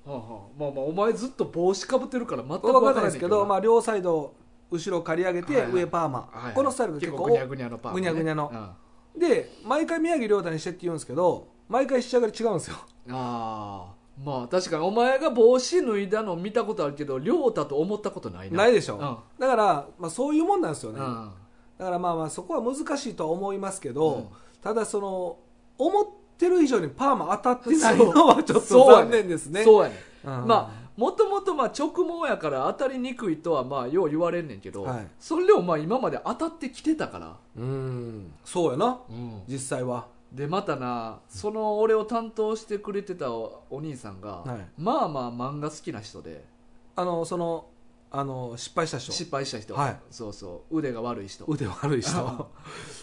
S1: あはあまあまあお前ずっと帽子かぶってるから全く
S2: 分
S1: 分
S2: か
S1: からら
S2: な
S1: な
S2: いで
S1: い
S2: すけど、ま
S1: あ
S2: あ、両サイド後ろ刈り上げて、
S1: はいはい
S2: 上パーマ、このスタイルが結構
S1: ぐにゃぐにゃのパーマね
S2: ぐにゃぐにゃの
S1: うんあ
S2: で毎回宮城亮太にしてって言うんですけど毎回仕上がり違うんですよ
S1: あまあ確かにお前が帽子脱いだの見たことあるけど亮太と思ったことないな
S2: ないでしょ、
S1: うん
S2: だから、まあ、そういうもんなんですよね、
S1: うん
S2: だからまあまあそこは難しいとは思いますけど、
S1: うん
S2: ただその思ってる以上にパーマ当たってないのはちょっと
S1: そうやね
S2: 残念ですね
S1: そうやね、
S2: うん
S1: まあもともとまあ直毛やから当たりにくいとはまあよう言われんねんけど、
S2: はい
S1: それでもまあ今まで当たってきてたから、
S2: うんそうやな実際は
S1: でまたなその俺を担当してくれてたおお兄さんが、
S2: はい
S1: まあまあ漫画好きな人で
S2: あのそのあの失敗した人
S1: 失敗した人、
S2: はい
S1: そうそう腕が悪い人
S2: 腕悪い 人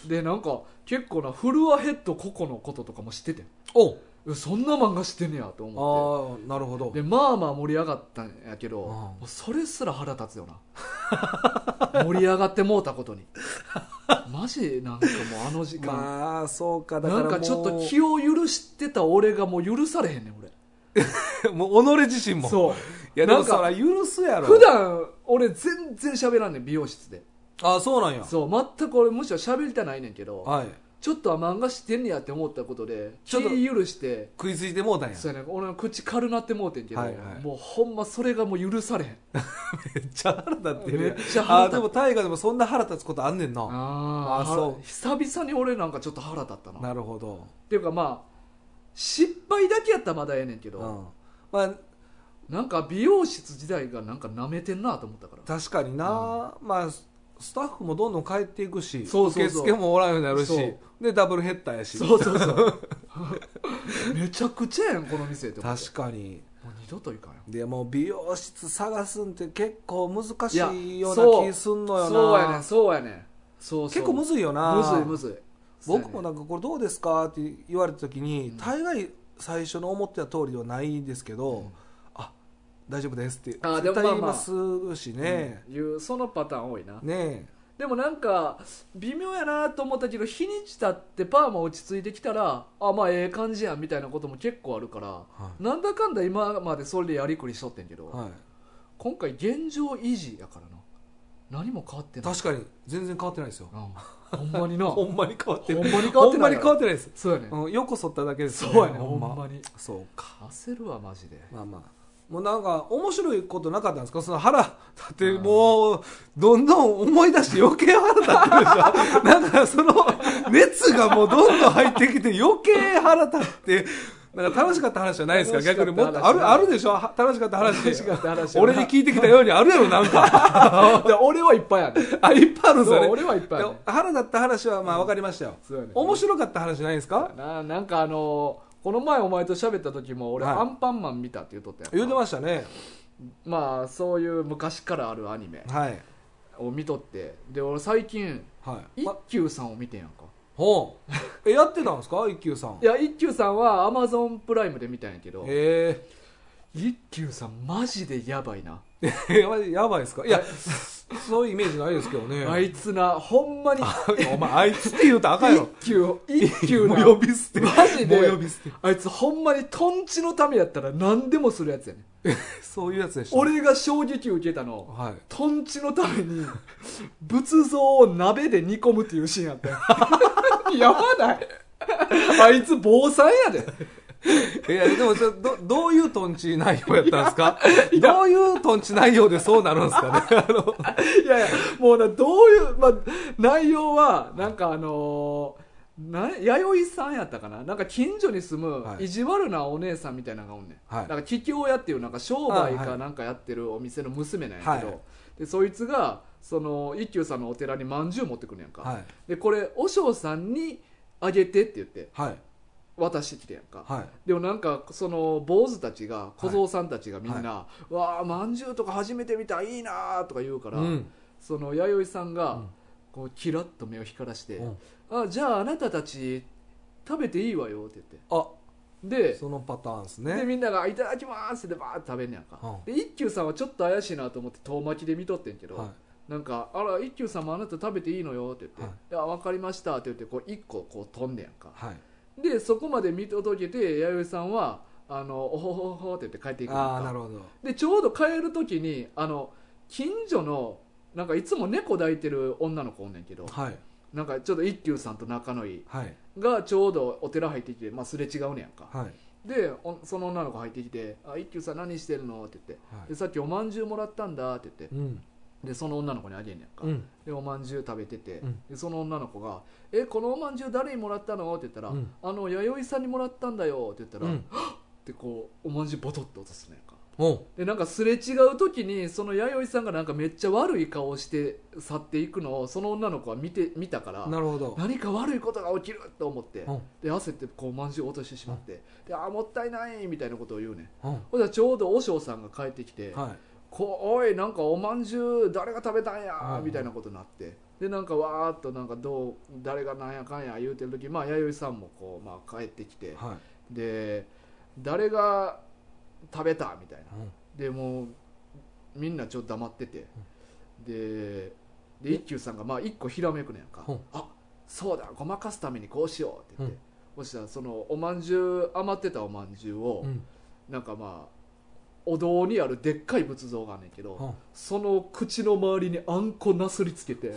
S1: でなんか結構なフルアヘッド個々のこととかも知ってて
S2: お
S1: えそんな漫画知ってんねやと思って
S2: ああなるほど
S1: でまあまあ盛り上がったんやけど、
S2: うん
S1: もうそれすら腹立つよな 盛り上がってもうたことにマジなんかもうあの時間、
S2: まあそうかだか
S1: な
S2: ら
S1: んかちょっと
S2: もう
S1: 気を許してた俺がもう許されへんねん俺
S2: もう己自身も
S1: そう
S2: いやでも
S1: なんか
S2: そら許すやろ
S1: 普段俺全然喋らんねん美容室で
S2: あそうなんや
S1: そう全く俺むしろ喋りたないねんけど
S2: はい
S1: ちょっとは漫画知ってんねやって思ったことで
S2: ちょっと
S1: 気許して
S2: 食いついてもうたんや
S1: そうやね俺の口軽なってもうてんけど、
S2: はいはい
S1: もうほんまそれがもう許されへん
S2: めっちゃ腹立ってるやん
S1: めっちゃ腹
S2: あ
S1: 立つ
S2: でも大河でもそんな腹立つことあんねんな
S1: あ
S2: あ
S1: ー
S2: そう
S1: 久々に俺なんかちょっと腹立ったなっ
S2: なるほど、
S1: ていうかまあ失敗だけやったらまだええねんけ
S2: う
S1: ど、
S2: ん、まあ
S1: なんか美容室自体がなんか舐めてんなと思ったから
S2: 確かにな、まあスタッフもどんどん帰っていくし
S1: そうそうそう
S2: 受付もおらんようになるし
S1: そう
S2: でダブルヘッダーやし
S1: そうそうそう めちゃくちゃやんこの店って思って
S2: 確かに
S1: もう二度と行かんよ
S2: でも美容室探すんって結構難しい
S1: いや
S2: よ
S1: そう
S2: うな気すんのよな
S1: そうやねんそうやねんそうそう
S2: 結構む
S1: ず
S2: ずいよな
S1: むずいむずい
S2: 僕も
S1: な
S2: なんかこれどうですかって言われた時に、
S1: うん
S2: 大概最初の思ってた通りではないんですけど、
S1: うん
S2: あ大丈夫ですって
S1: あーでも
S2: 絶対
S1: まあ
S2: 言い
S1: まあ
S2: ますしね、
S1: いうそのパターン多いな
S2: ね
S1: でもなんか微妙やなと思ったけど日にちたってパーマ落ち着いてきたらあまあええ感じやんみたいなことも結構あるから、
S2: はい
S1: なんだかんだ今までそれでやりくりしとってんけど、
S2: は
S1: 今回現状維持やからな何も変わって
S2: い、
S1: ない
S2: 確かに全然変わってないですよ
S1: うんほんまにな
S2: ほ
S1: ほ
S2: んまに変わって
S1: ん
S2: ない
S1: まに変わっ
S2: ほ
S1: て
S2: ん
S1: な
S2: ま
S1: い
S2: に
S1: や
S2: 変
S1: ろ
S2: わってないです、
S1: そうやね、ん、
S2: うん、横反っただけですよ
S1: そうやねほんまに
S2: そうか
S1: 焦るわマジで
S2: まあまあもうなんか面白いことなかったんですかその腹だって
S1: うん
S2: もうどんどん思い出して余計腹立ってるでしょなんかその熱がもうどんどん入ってきて余計腹立ってなんか楽しかった話じゃないですか
S1: 楽しか
S2: 逆
S1: った
S2: に
S1: 話
S2: もっとあるあるでしょは楽しかった話
S1: 楽しかった 話
S2: 俺に聞いてきたようにあるやろなんか
S1: で俺はいっ ぱいある
S2: あいっぱいあるんです
S1: そう
S2: よね
S1: 俺はいっぱいある
S2: で腹立った話はまあ分かりましたよ、
S1: そうやね
S2: 面白かった話ないですか
S1: ななんかあのこの前お前と喋った時も俺、
S2: はい
S1: アンパンマン見たって言うとったやん
S2: 言ってましたね
S1: まあそういう昔からあるアニメ
S2: はい
S1: を見とってで俺最近
S2: はい、
S1: 一
S2: ま
S1: 休さんを見てんやんか
S2: ほうえやってたんですか一休さん
S1: いや一休さんはアマゾンプライムで見たんやけど
S2: へ
S1: 一休さんマジでやばいな
S2: え やばいやばいですかいやそういうイメージないですけどね
S1: あいつなほんまに
S2: お前あいつって言うとあかんやろ
S1: 一休一休な
S2: もう呼び捨て
S1: マジで
S2: もう呼び捨て
S1: あいつほんまにトンチのためやったら何でもするやつやねん
S2: そういうやつでした
S1: 俺が衝撃受けたの
S2: はい
S1: トンチのために仏像を鍋で煮込むっていうシーンやったよ やばないあいつ坊さんやで
S2: いやでもちょどどういうトンチ内容やったんですかどう いうトンチ内容でそうなるんですか ねあの
S1: いやいやもうなどういう、まあ、内容はなんかあのーな弥生さんやったかななんか近所に住む
S2: はい
S1: 意地悪なお姉さんみたいなのがおんねん、
S2: はい
S1: なんか桔梗屋っていうなんか商
S2: はい
S1: 売
S2: は
S1: か
S2: い
S1: なんかやってるお店の娘なんやけど、
S2: はい
S1: でそいつがその一休さんのお寺にまんじゅう持ってくるやんか、
S2: はい
S1: でこれ和尚さんにあげてって言って
S2: はい
S1: 渡してきてやんか、
S2: はい
S1: でもなんかその坊主たちが小僧さんたちがみんな「わあまんじゅうとか初めて見たいいな」とか言うから、
S2: うん
S1: その弥生さんが、
S2: うん
S1: こうキラッと目を光らして
S2: うん
S1: 「あじゃああなたたち食べていいわよ」って
S2: あ
S1: 言ってで
S2: そのパターンです
S1: で
S2: ね
S1: みんなが「いただきます」ってバーッと食べんねやんか、
S2: う
S1: で一休さんはちょっと怪しいなと思って遠巻きで見とってんけど、
S2: は
S1: なんか「あら一休さんもあなた食べていいのよ」って言っ
S2: は
S1: て「あ分かりました」って言ってこう一個こう飛んねやんか
S2: いはい
S1: でそこまで見届けて弥生さんは「あのおほほほ」って言って帰っていくねん
S2: あ
S1: か
S2: あなるほど
S1: でちょうど帰る時にあの近所のなんかいつも猫抱いてる女の子おんねんけど
S2: はい
S1: なんかちょっと一休さんと仲のいい
S2: はい
S1: がちょうどお寺入ってきて、まあ、すれ違うねやんか
S2: はい
S1: でおその女の子入ってきて「あ一休さん何してるの?」って言って
S2: は
S1: で「さっきおまんじゅうもらったんだ」って言って
S2: いうん
S1: でその女の子にあげんねやんか、
S2: うん
S1: でおまんじゅう食べてて、
S2: うん
S1: でその女の子が「えこのおまんじゅう誰にもらったの?」って言ったら「
S2: うん
S1: あの弥生さんにもらったんだよ」って言ったら、
S2: う
S1: っ
S2: ん
S1: てこうおまんじゅうボトッと落とすねやんか
S2: おう
S1: でなんかすれ違う時にその弥生さんがなんかめっちゃ悪い顔をして去っていくのをその女の子は見て見たから
S2: なるほど
S1: 何か悪いことが起きると思って、
S2: うん
S1: で焦ってこうまんじゅうを落としてしまって、であーもったいないみたいなことを言うね
S2: うん
S1: ほんじゃちょうど和尚さんが帰ってきて、
S2: はい
S1: こうおいなんかおまんじゅう誰が食べたんや
S2: うん
S1: みたいなことになってでなんかわーっとなんかどう誰がなんやかんや言うてる時、まあ、弥生さんもこう、まあ、帰ってきて
S2: はい
S1: で誰が食べたみたいな
S2: うん
S1: でもうみんなちょっと黙っててでで一休さんがまあ一個ひらめくねやんか
S2: うん
S1: あそうだごまかすためにこうしようって言って
S2: うん
S1: そしたらそのおまんじゅう余ってたおまんじゅうを
S2: うん
S1: なんかまあお堂にあるでっかい仏像があんねんけど、
S2: うん
S1: その口の周りにあんこなすりつけて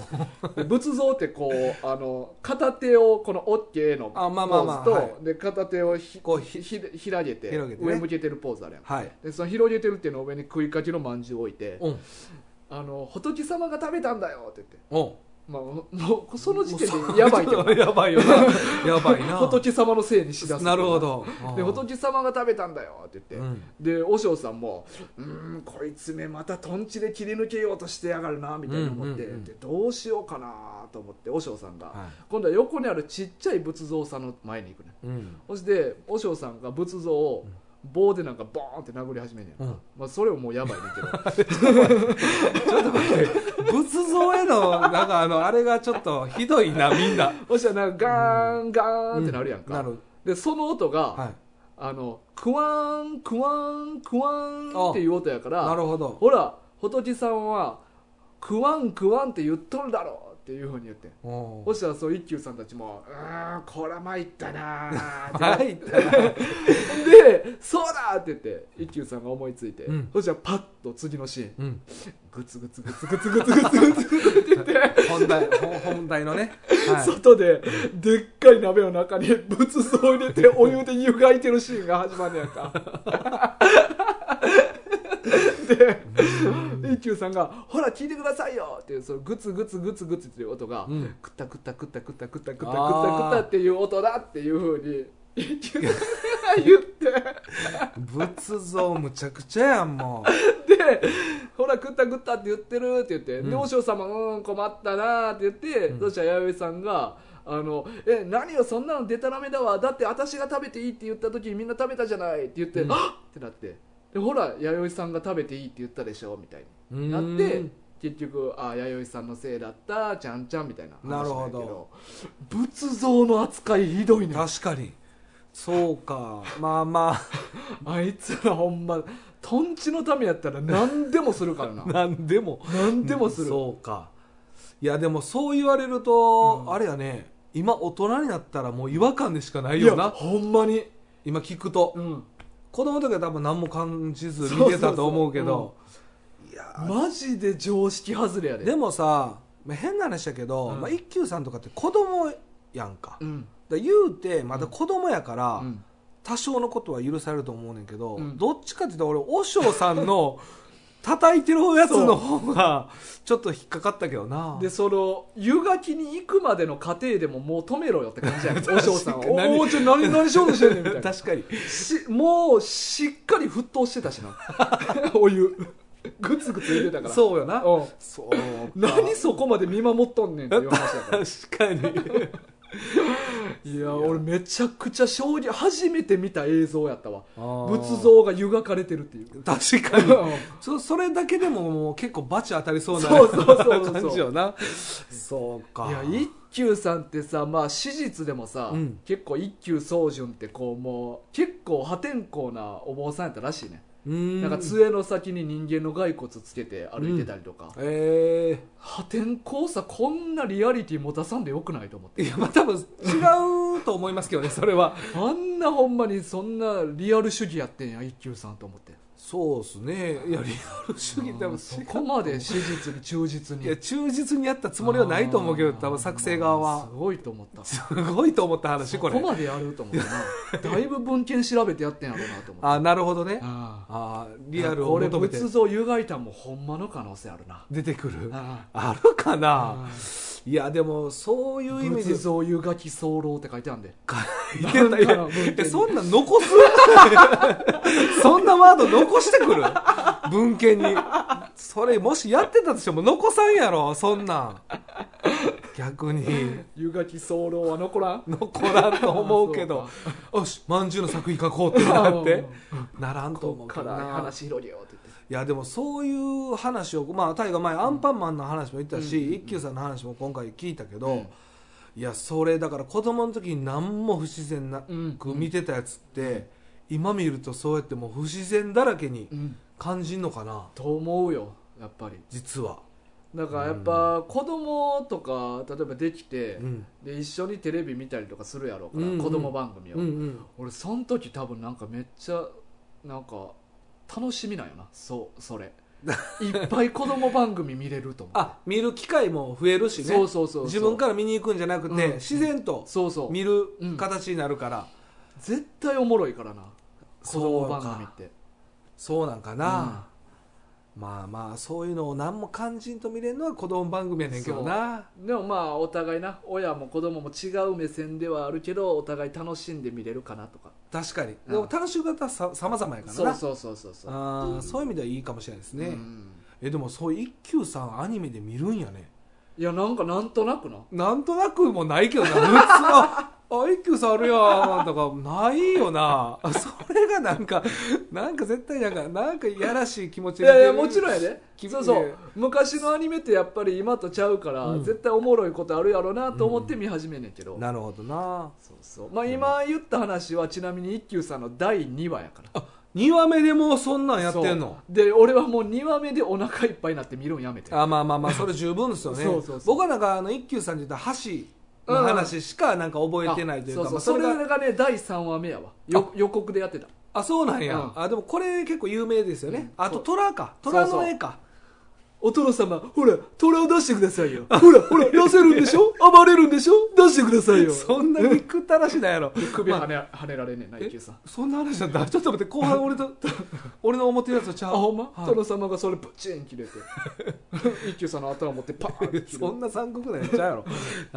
S1: で仏像ってこうあの片手をこの OK のポ
S2: あまあまあまあ
S1: ーズと、
S2: はい
S1: で片手をひ
S2: こう
S1: ひ
S2: ひ
S1: ひ広げて
S2: 広げてね
S1: 上向けてるポーズあるやん
S2: はい
S1: でその広げてるっていうのを上に食いかけのまんじゅう置いて
S2: うん
S1: 「あの仏様が食べたんだよ」って言って、
S2: うん
S1: まあ、もうその時点でやばいけど
S2: やばいよな やばいな
S1: 仏様のせいにしだす
S2: なるほど
S1: で仏様が食べたんだよって
S2: う
S1: 言って、
S2: ん
S1: で和尚さんも「うーんこいつめまたトンチで切り抜けようとしてやがるな」みたいに思って、
S2: うんうんうん
S1: でどうしようかなと思って和尚さんが、
S2: は
S1: 今度は横にあるちっちゃい仏像さんの前に行くね
S2: いうん
S1: そして和尚さんが仏像を棒でなんかボーンって殴り始めんねん、
S2: うん
S1: まあ、それをもうやばいねんけど
S2: 仏像へのなんかあのあれがちょっとひどいなみん な
S1: そしたらなんかガーンガーンってなるやんか、
S2: なる
S1: でその音が、
S2: は
S1: あのクワーンクワーンクワーンっていう音やから
S2: いなるほど
S1: ほら仏さんは「食わん食わん」って言っとるだろうっていうふうに言ってん
S2: お
S1: そしたらそう一休さんたちも「うーんこら参ったなー」って
S2: はい
S1: で「そうだ!」って言って一休さんが思いついて、
S2: うん
S1: そしたらパッと次のシーン
S2: うん
S1: グツグツグツグツグツグツグツグツって言って
S2: 本題本本題のねはい
S1: 外ででっかい鍋の中に仏像を入れてお湯で湯がいてるシーンが始まるやんかで一休さんが「ほら聞いてくださいよ」っていうそのグツグツグツグツっていう音が「
S2: うん
S1: くったくったくったくったくったくったくったく
S2: あー
S1: った」っていう音だっていうふうに一休さんが言って。
S2: 仏像むちゃくちゃやんも
S1: でほら食った食ったって言ってるって言って、
S2: うん
S1: で和尚様うん困ったなって言って、
S2: うん
S1: そしたら弥生さんがあのえ何よそんなのでたらめだわだって私が食べていいって言った時にみんな食べたじゃないって言って、
S2: うん
S1: あっってなってでほら弥生さんが食べていいって言ったでしょみたいに
S2: う
S1: なっ
S2: う
S1: て
S2: ん
S1: 結局あ弥生さんのせいだったちゃんちゃんみたいな話んやけ
S2: なるほ
S1: 仏像の扱いひどいね
S2: 確かにそうかまあま
S1: あいつらほんまとんちのためやったら何でもするからな
S2: あ なんでも
S1: 何でもする、
S2: そうかいやでもそう言われると、
S1: うん
S2: あれやね今大人になったらもう違和感でしかない
S1: い
S2: よ
S1: や
S2: な
S1: ほんまに、
S2: 今聞くと、
S1: うん、
S2: 子供の時は多分何も感じず見てたと思うけど
S1: マジで常識外れやで
S2: でもさまあ変な話やけど、
S1: うん
S2: まあ、一休さんとかって子供やんか,、
S1: うん
S2: 言うてまだ子供やから、
S1: うん
S2: 多少のことは許されると思うねんけど、
S1: うん
S2: どっちかっていうと俺和尚さんの 叩いてるやつの方がちょっと引っかかったけどな
S1: でその湯がきに行くまでの過程でももう止めろよって感じやんお嬢さんは
S2: 確かに
S1: おおちょ何何しようとしてんねんみたいな
S2: 確かに
S1: しもうしっかり沸騰してたし なお湯グツグツ入れたから
S2: そうよな
S1: うん
S2: そう
S1: 何そこまで見守っとんねんっていう話だから
S2: 確かに
S1: いや俺めちゃくちゃ衝撃初めて見た映像やったわ仏
S2: 仏
S1: 像が湯がかれてるっていう
S2: 確かに
S1: うん
S2: そそれだけでももう結構バチ当たりそうな
S1: そうそうそうそう
S2: 感じよなそうか
S1: いや一休さんってさまあ史実でもさ、
S2: うん
S1: 結構一休宗純ってこうもう結構破天荒なお坊さんやったらしいね、
S2: うん
S1: なんか杖の先に人間の骸骨つけて歩いてたりとか、
S2: え
S1: 破天荒さこんなリアリティ持たさんでよくないと思っ
S2: え
S1: て
S2: いやまあ多分違うと思いますけどねそれは
S1: あんなほんまにそんなリアル主義やってんや一休さんと思って
S2: そうっすねいやリアル主義多
S1: あー
S2: 分
S1: そこまで史実に忠実に
S2: いや忠実にやったつもりはないと思うけど多分作成側
S1: あー
S2: は
S1: すごいと思った
S2: すごいと思った話こ
S1: ここ
S2: れ
S1: までやると思ってな だいぶ文献調べてやってんやろうなと思って
S2: あなるほどね
S1: あ
S2: あーリアルを
S1: これ
S2: 求めて
S1: 仏像湯がいたんもほんまの可能性あるな
S2: 出てくる
S1: あ
S2: あるかないやでもそういう意味で
S1: 仏像湯がき候って書いてあるんで
S2: 言ってたい
S1: な
S2: や
S1: んか文献に
S2: えそんなん残す そんなワード残してくる文献にそれもしやってたとしても残さんやろそんなん逆に
S1: 湯がき候は残らん
S2: 残らんと思う けどよしまんじゅうの作品書こうってなってならんと思
S1: こ
S2: う
S1: っ
S2: け
S1: か
S2: ど
S1: ら
S2: な
S1: 話広げようって
S2: いやでもそういう話をまあ大河前アンパンマンの話も言ったし、一休さんの話も今回聞いたけど、
S1: うん
S2: いやそれだから子供の時に何も不自然な
S1: うん
S2: く見てたやつって、今見るとそうやってもう不自然だらけに
S1: 言って
S2: 感じんのかな
S1: と思うよやっぱり
S2: 実は、
S1: だからやっぱ子供とか例えばできて
S2: うん
S1: で一緒にテレビ見たりとかするやろうか
S2: うんう
S1: ら
S2: ん
S1: 子供番組
S2: うんう
S1: を
S2: ん
S1: 俺その時多分なんかめっちゃなんか楽しみなんよなそうそ れいっぱい子供番組見れると思う
S2: あ見る機会も増えるしね
S1: そうそうそうそう
S2: 自分から見に行くんじゃなくて、
S1: うん
S2: 自然と
S1: そうそう
S2: 見る形になるから、
S1: 絶対おもろいからな子供番組って
S2: そうなんかな、まあまあそういうのを何も肝心と見れるのは子供番組やねんけどな
S1: でもまあお互いな親も子供も違う目線ではあるけどお互い楽しんで見れるかなとか
S2: 確かに、
S1: うん
S2: でも楽しみ方はさ様々やから
S1: そう
S2: な
S1: そうそうそうそう
S2: あーそういう意味ではいいかもしれないですね、
S1: うん
S2: えでもそう一休さんアニメで見るんやね
S1: いやなんかなんとなくな
S2: なんとなくもないけどな普通の あ一休さんあるやんとかないよなあそれがなんかなんか絶対なんかなんかいやらしい気持ち
S1: い
S2: にな
S1: や
S2: る
S1: いやもちろんやで
S2: 気
S1: そ
S2: 分
S1: う
S2: で
S1: そう昔のアニメってやっぱり今とちゃうから、
S2: うん
S1: 絶対おもろいことあるやろなと思って見始めんねんけど、
S2: なるほどな
S1: そうそうまあ今言った話はちなみに一休さんの第2話やから
S2: 2話目でもうそんなんやってんの
S1: そうで俺はもう2話目でお腹いっぱいになって見るんやめて
S2: あまあまあまあそれ十分ですよね
S1: そうそうそう
S2: 僕はなんかあの一休さんで言ったら箸の話しかなんか覚えてないというか、
S1: あそう
S2: まあ
S1: そう
S2: それ
S1: それ
S2: が
S1: がね第3話目やわよ予告でやってた
S2: あそうなんや、
S1: うん
S2: あでもこれ結構有名ですよね、
S1: うん
S2: あと虎か
S1: そう
S2: 虎の絵か
S1: お殿様ほら虎を出してくださ いよほら ほら痩せるんでしょ暴れるんでしょ出してくだ さいよ
S2: そんなにくったらし ないやろ
S1: 首
S2: ま
S1: 跳
S2: あ
S1: ね,、跳ねられねえな一休さん
S2: そんな話なんだ ちょっと待って後半 俺と俺の思ってるやつとちゃ
S1: あ
S2: う
S1: ほんま、
S2: はい
S1: 殿様がそれブチン切 れて一休さんの頭持ってパーンって切る
S2: そんな残酷なやつちゃうや ろ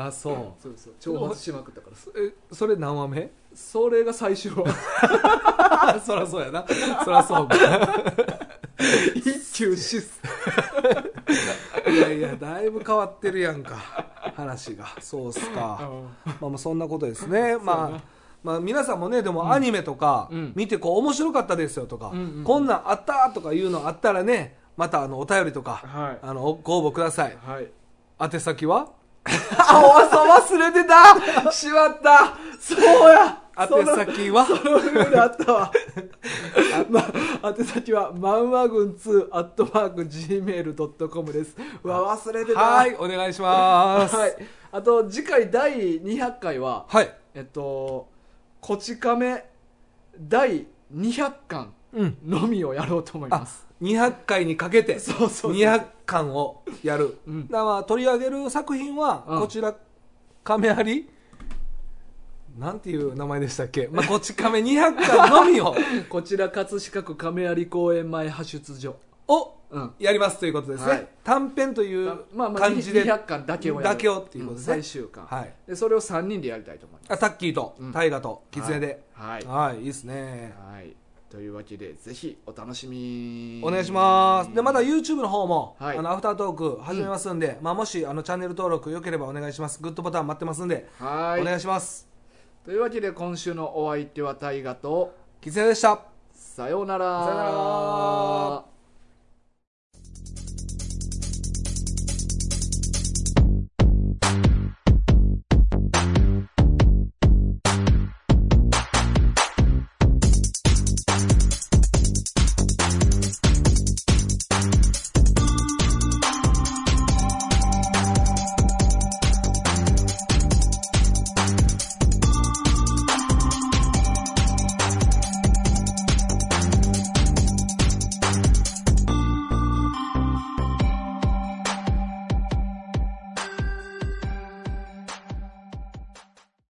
S2: あそ
S1: そうそう挑発しまくったからそう
S2: えそれ何話目
S1: それが最終話
S2: あ そらそうやなそらそうか
S1: 一休シス
S2: いやいやだいぶ変わってるやんか話がそうっすかまあまあそんなことで すねまあまあ皆さんもねでもアニメとか
S1: うん
S2: 見てこう面白かったですよとか、
S1: うんうんうん
S2: こんなんあったとかいうのあったらねまたあのお便りとか、
S1: はい
S2: あのご応募ください
S1: はい
S2: 宛先は
S1: あおさ忘れてたしまったそうや
S2: 宛先は
S1: その風にあったわ。ま、宛先は、マンワ軍2、アットマーク、gmail.com です。うわ、忘れてた。
S2: はいお願いします
S1: はい。あと、次回第200回は、
S2: はい、
S1: えっと、こち亀第200巻
S2: うん、
S1: のみをやろうと思いま
S2: あ
S1: す。
S2: 200回にかけて
S1: そうそうそう
S2: 200巻をやる、
S1: うん
S2: だからまあ取り上げる作品は
S1: うん
S2: こちら亀有なんていう名前でしたっけ、まあ、こち亀200巻の みを
S1: こちら、葛飾区亀有公園前派出所。
S2: を
S1: うん。
S2: やりますということですね、
S1: はい
S2: 短編という
S1: まあまあ、
S2: 感じで、
S1: 200巻だけをやる。
S2: だけをっていうことですね
S1: ん最終巻。
S2: はい、
S1: で、それを3人でやりたいと思います。
S2: あタッキーと
S1: うん
S2: 大河と狐で、
S1: はい。
S2: はい、い、いですね
S1: はい、というわけでぜひお楽しみ
S2: お願いしますでまだ YouTube の方も、
S1: はい
S2: あのアフタートーク始めますんで、まあ、もしあのチャンネル登録よければお願いしますグッドボタン待ってますんで、
S1: はい
S2: お願いします
S1: というわけで今週のお相手は大河と
S2: 狐でした
S1: さようなら
S2: さようなら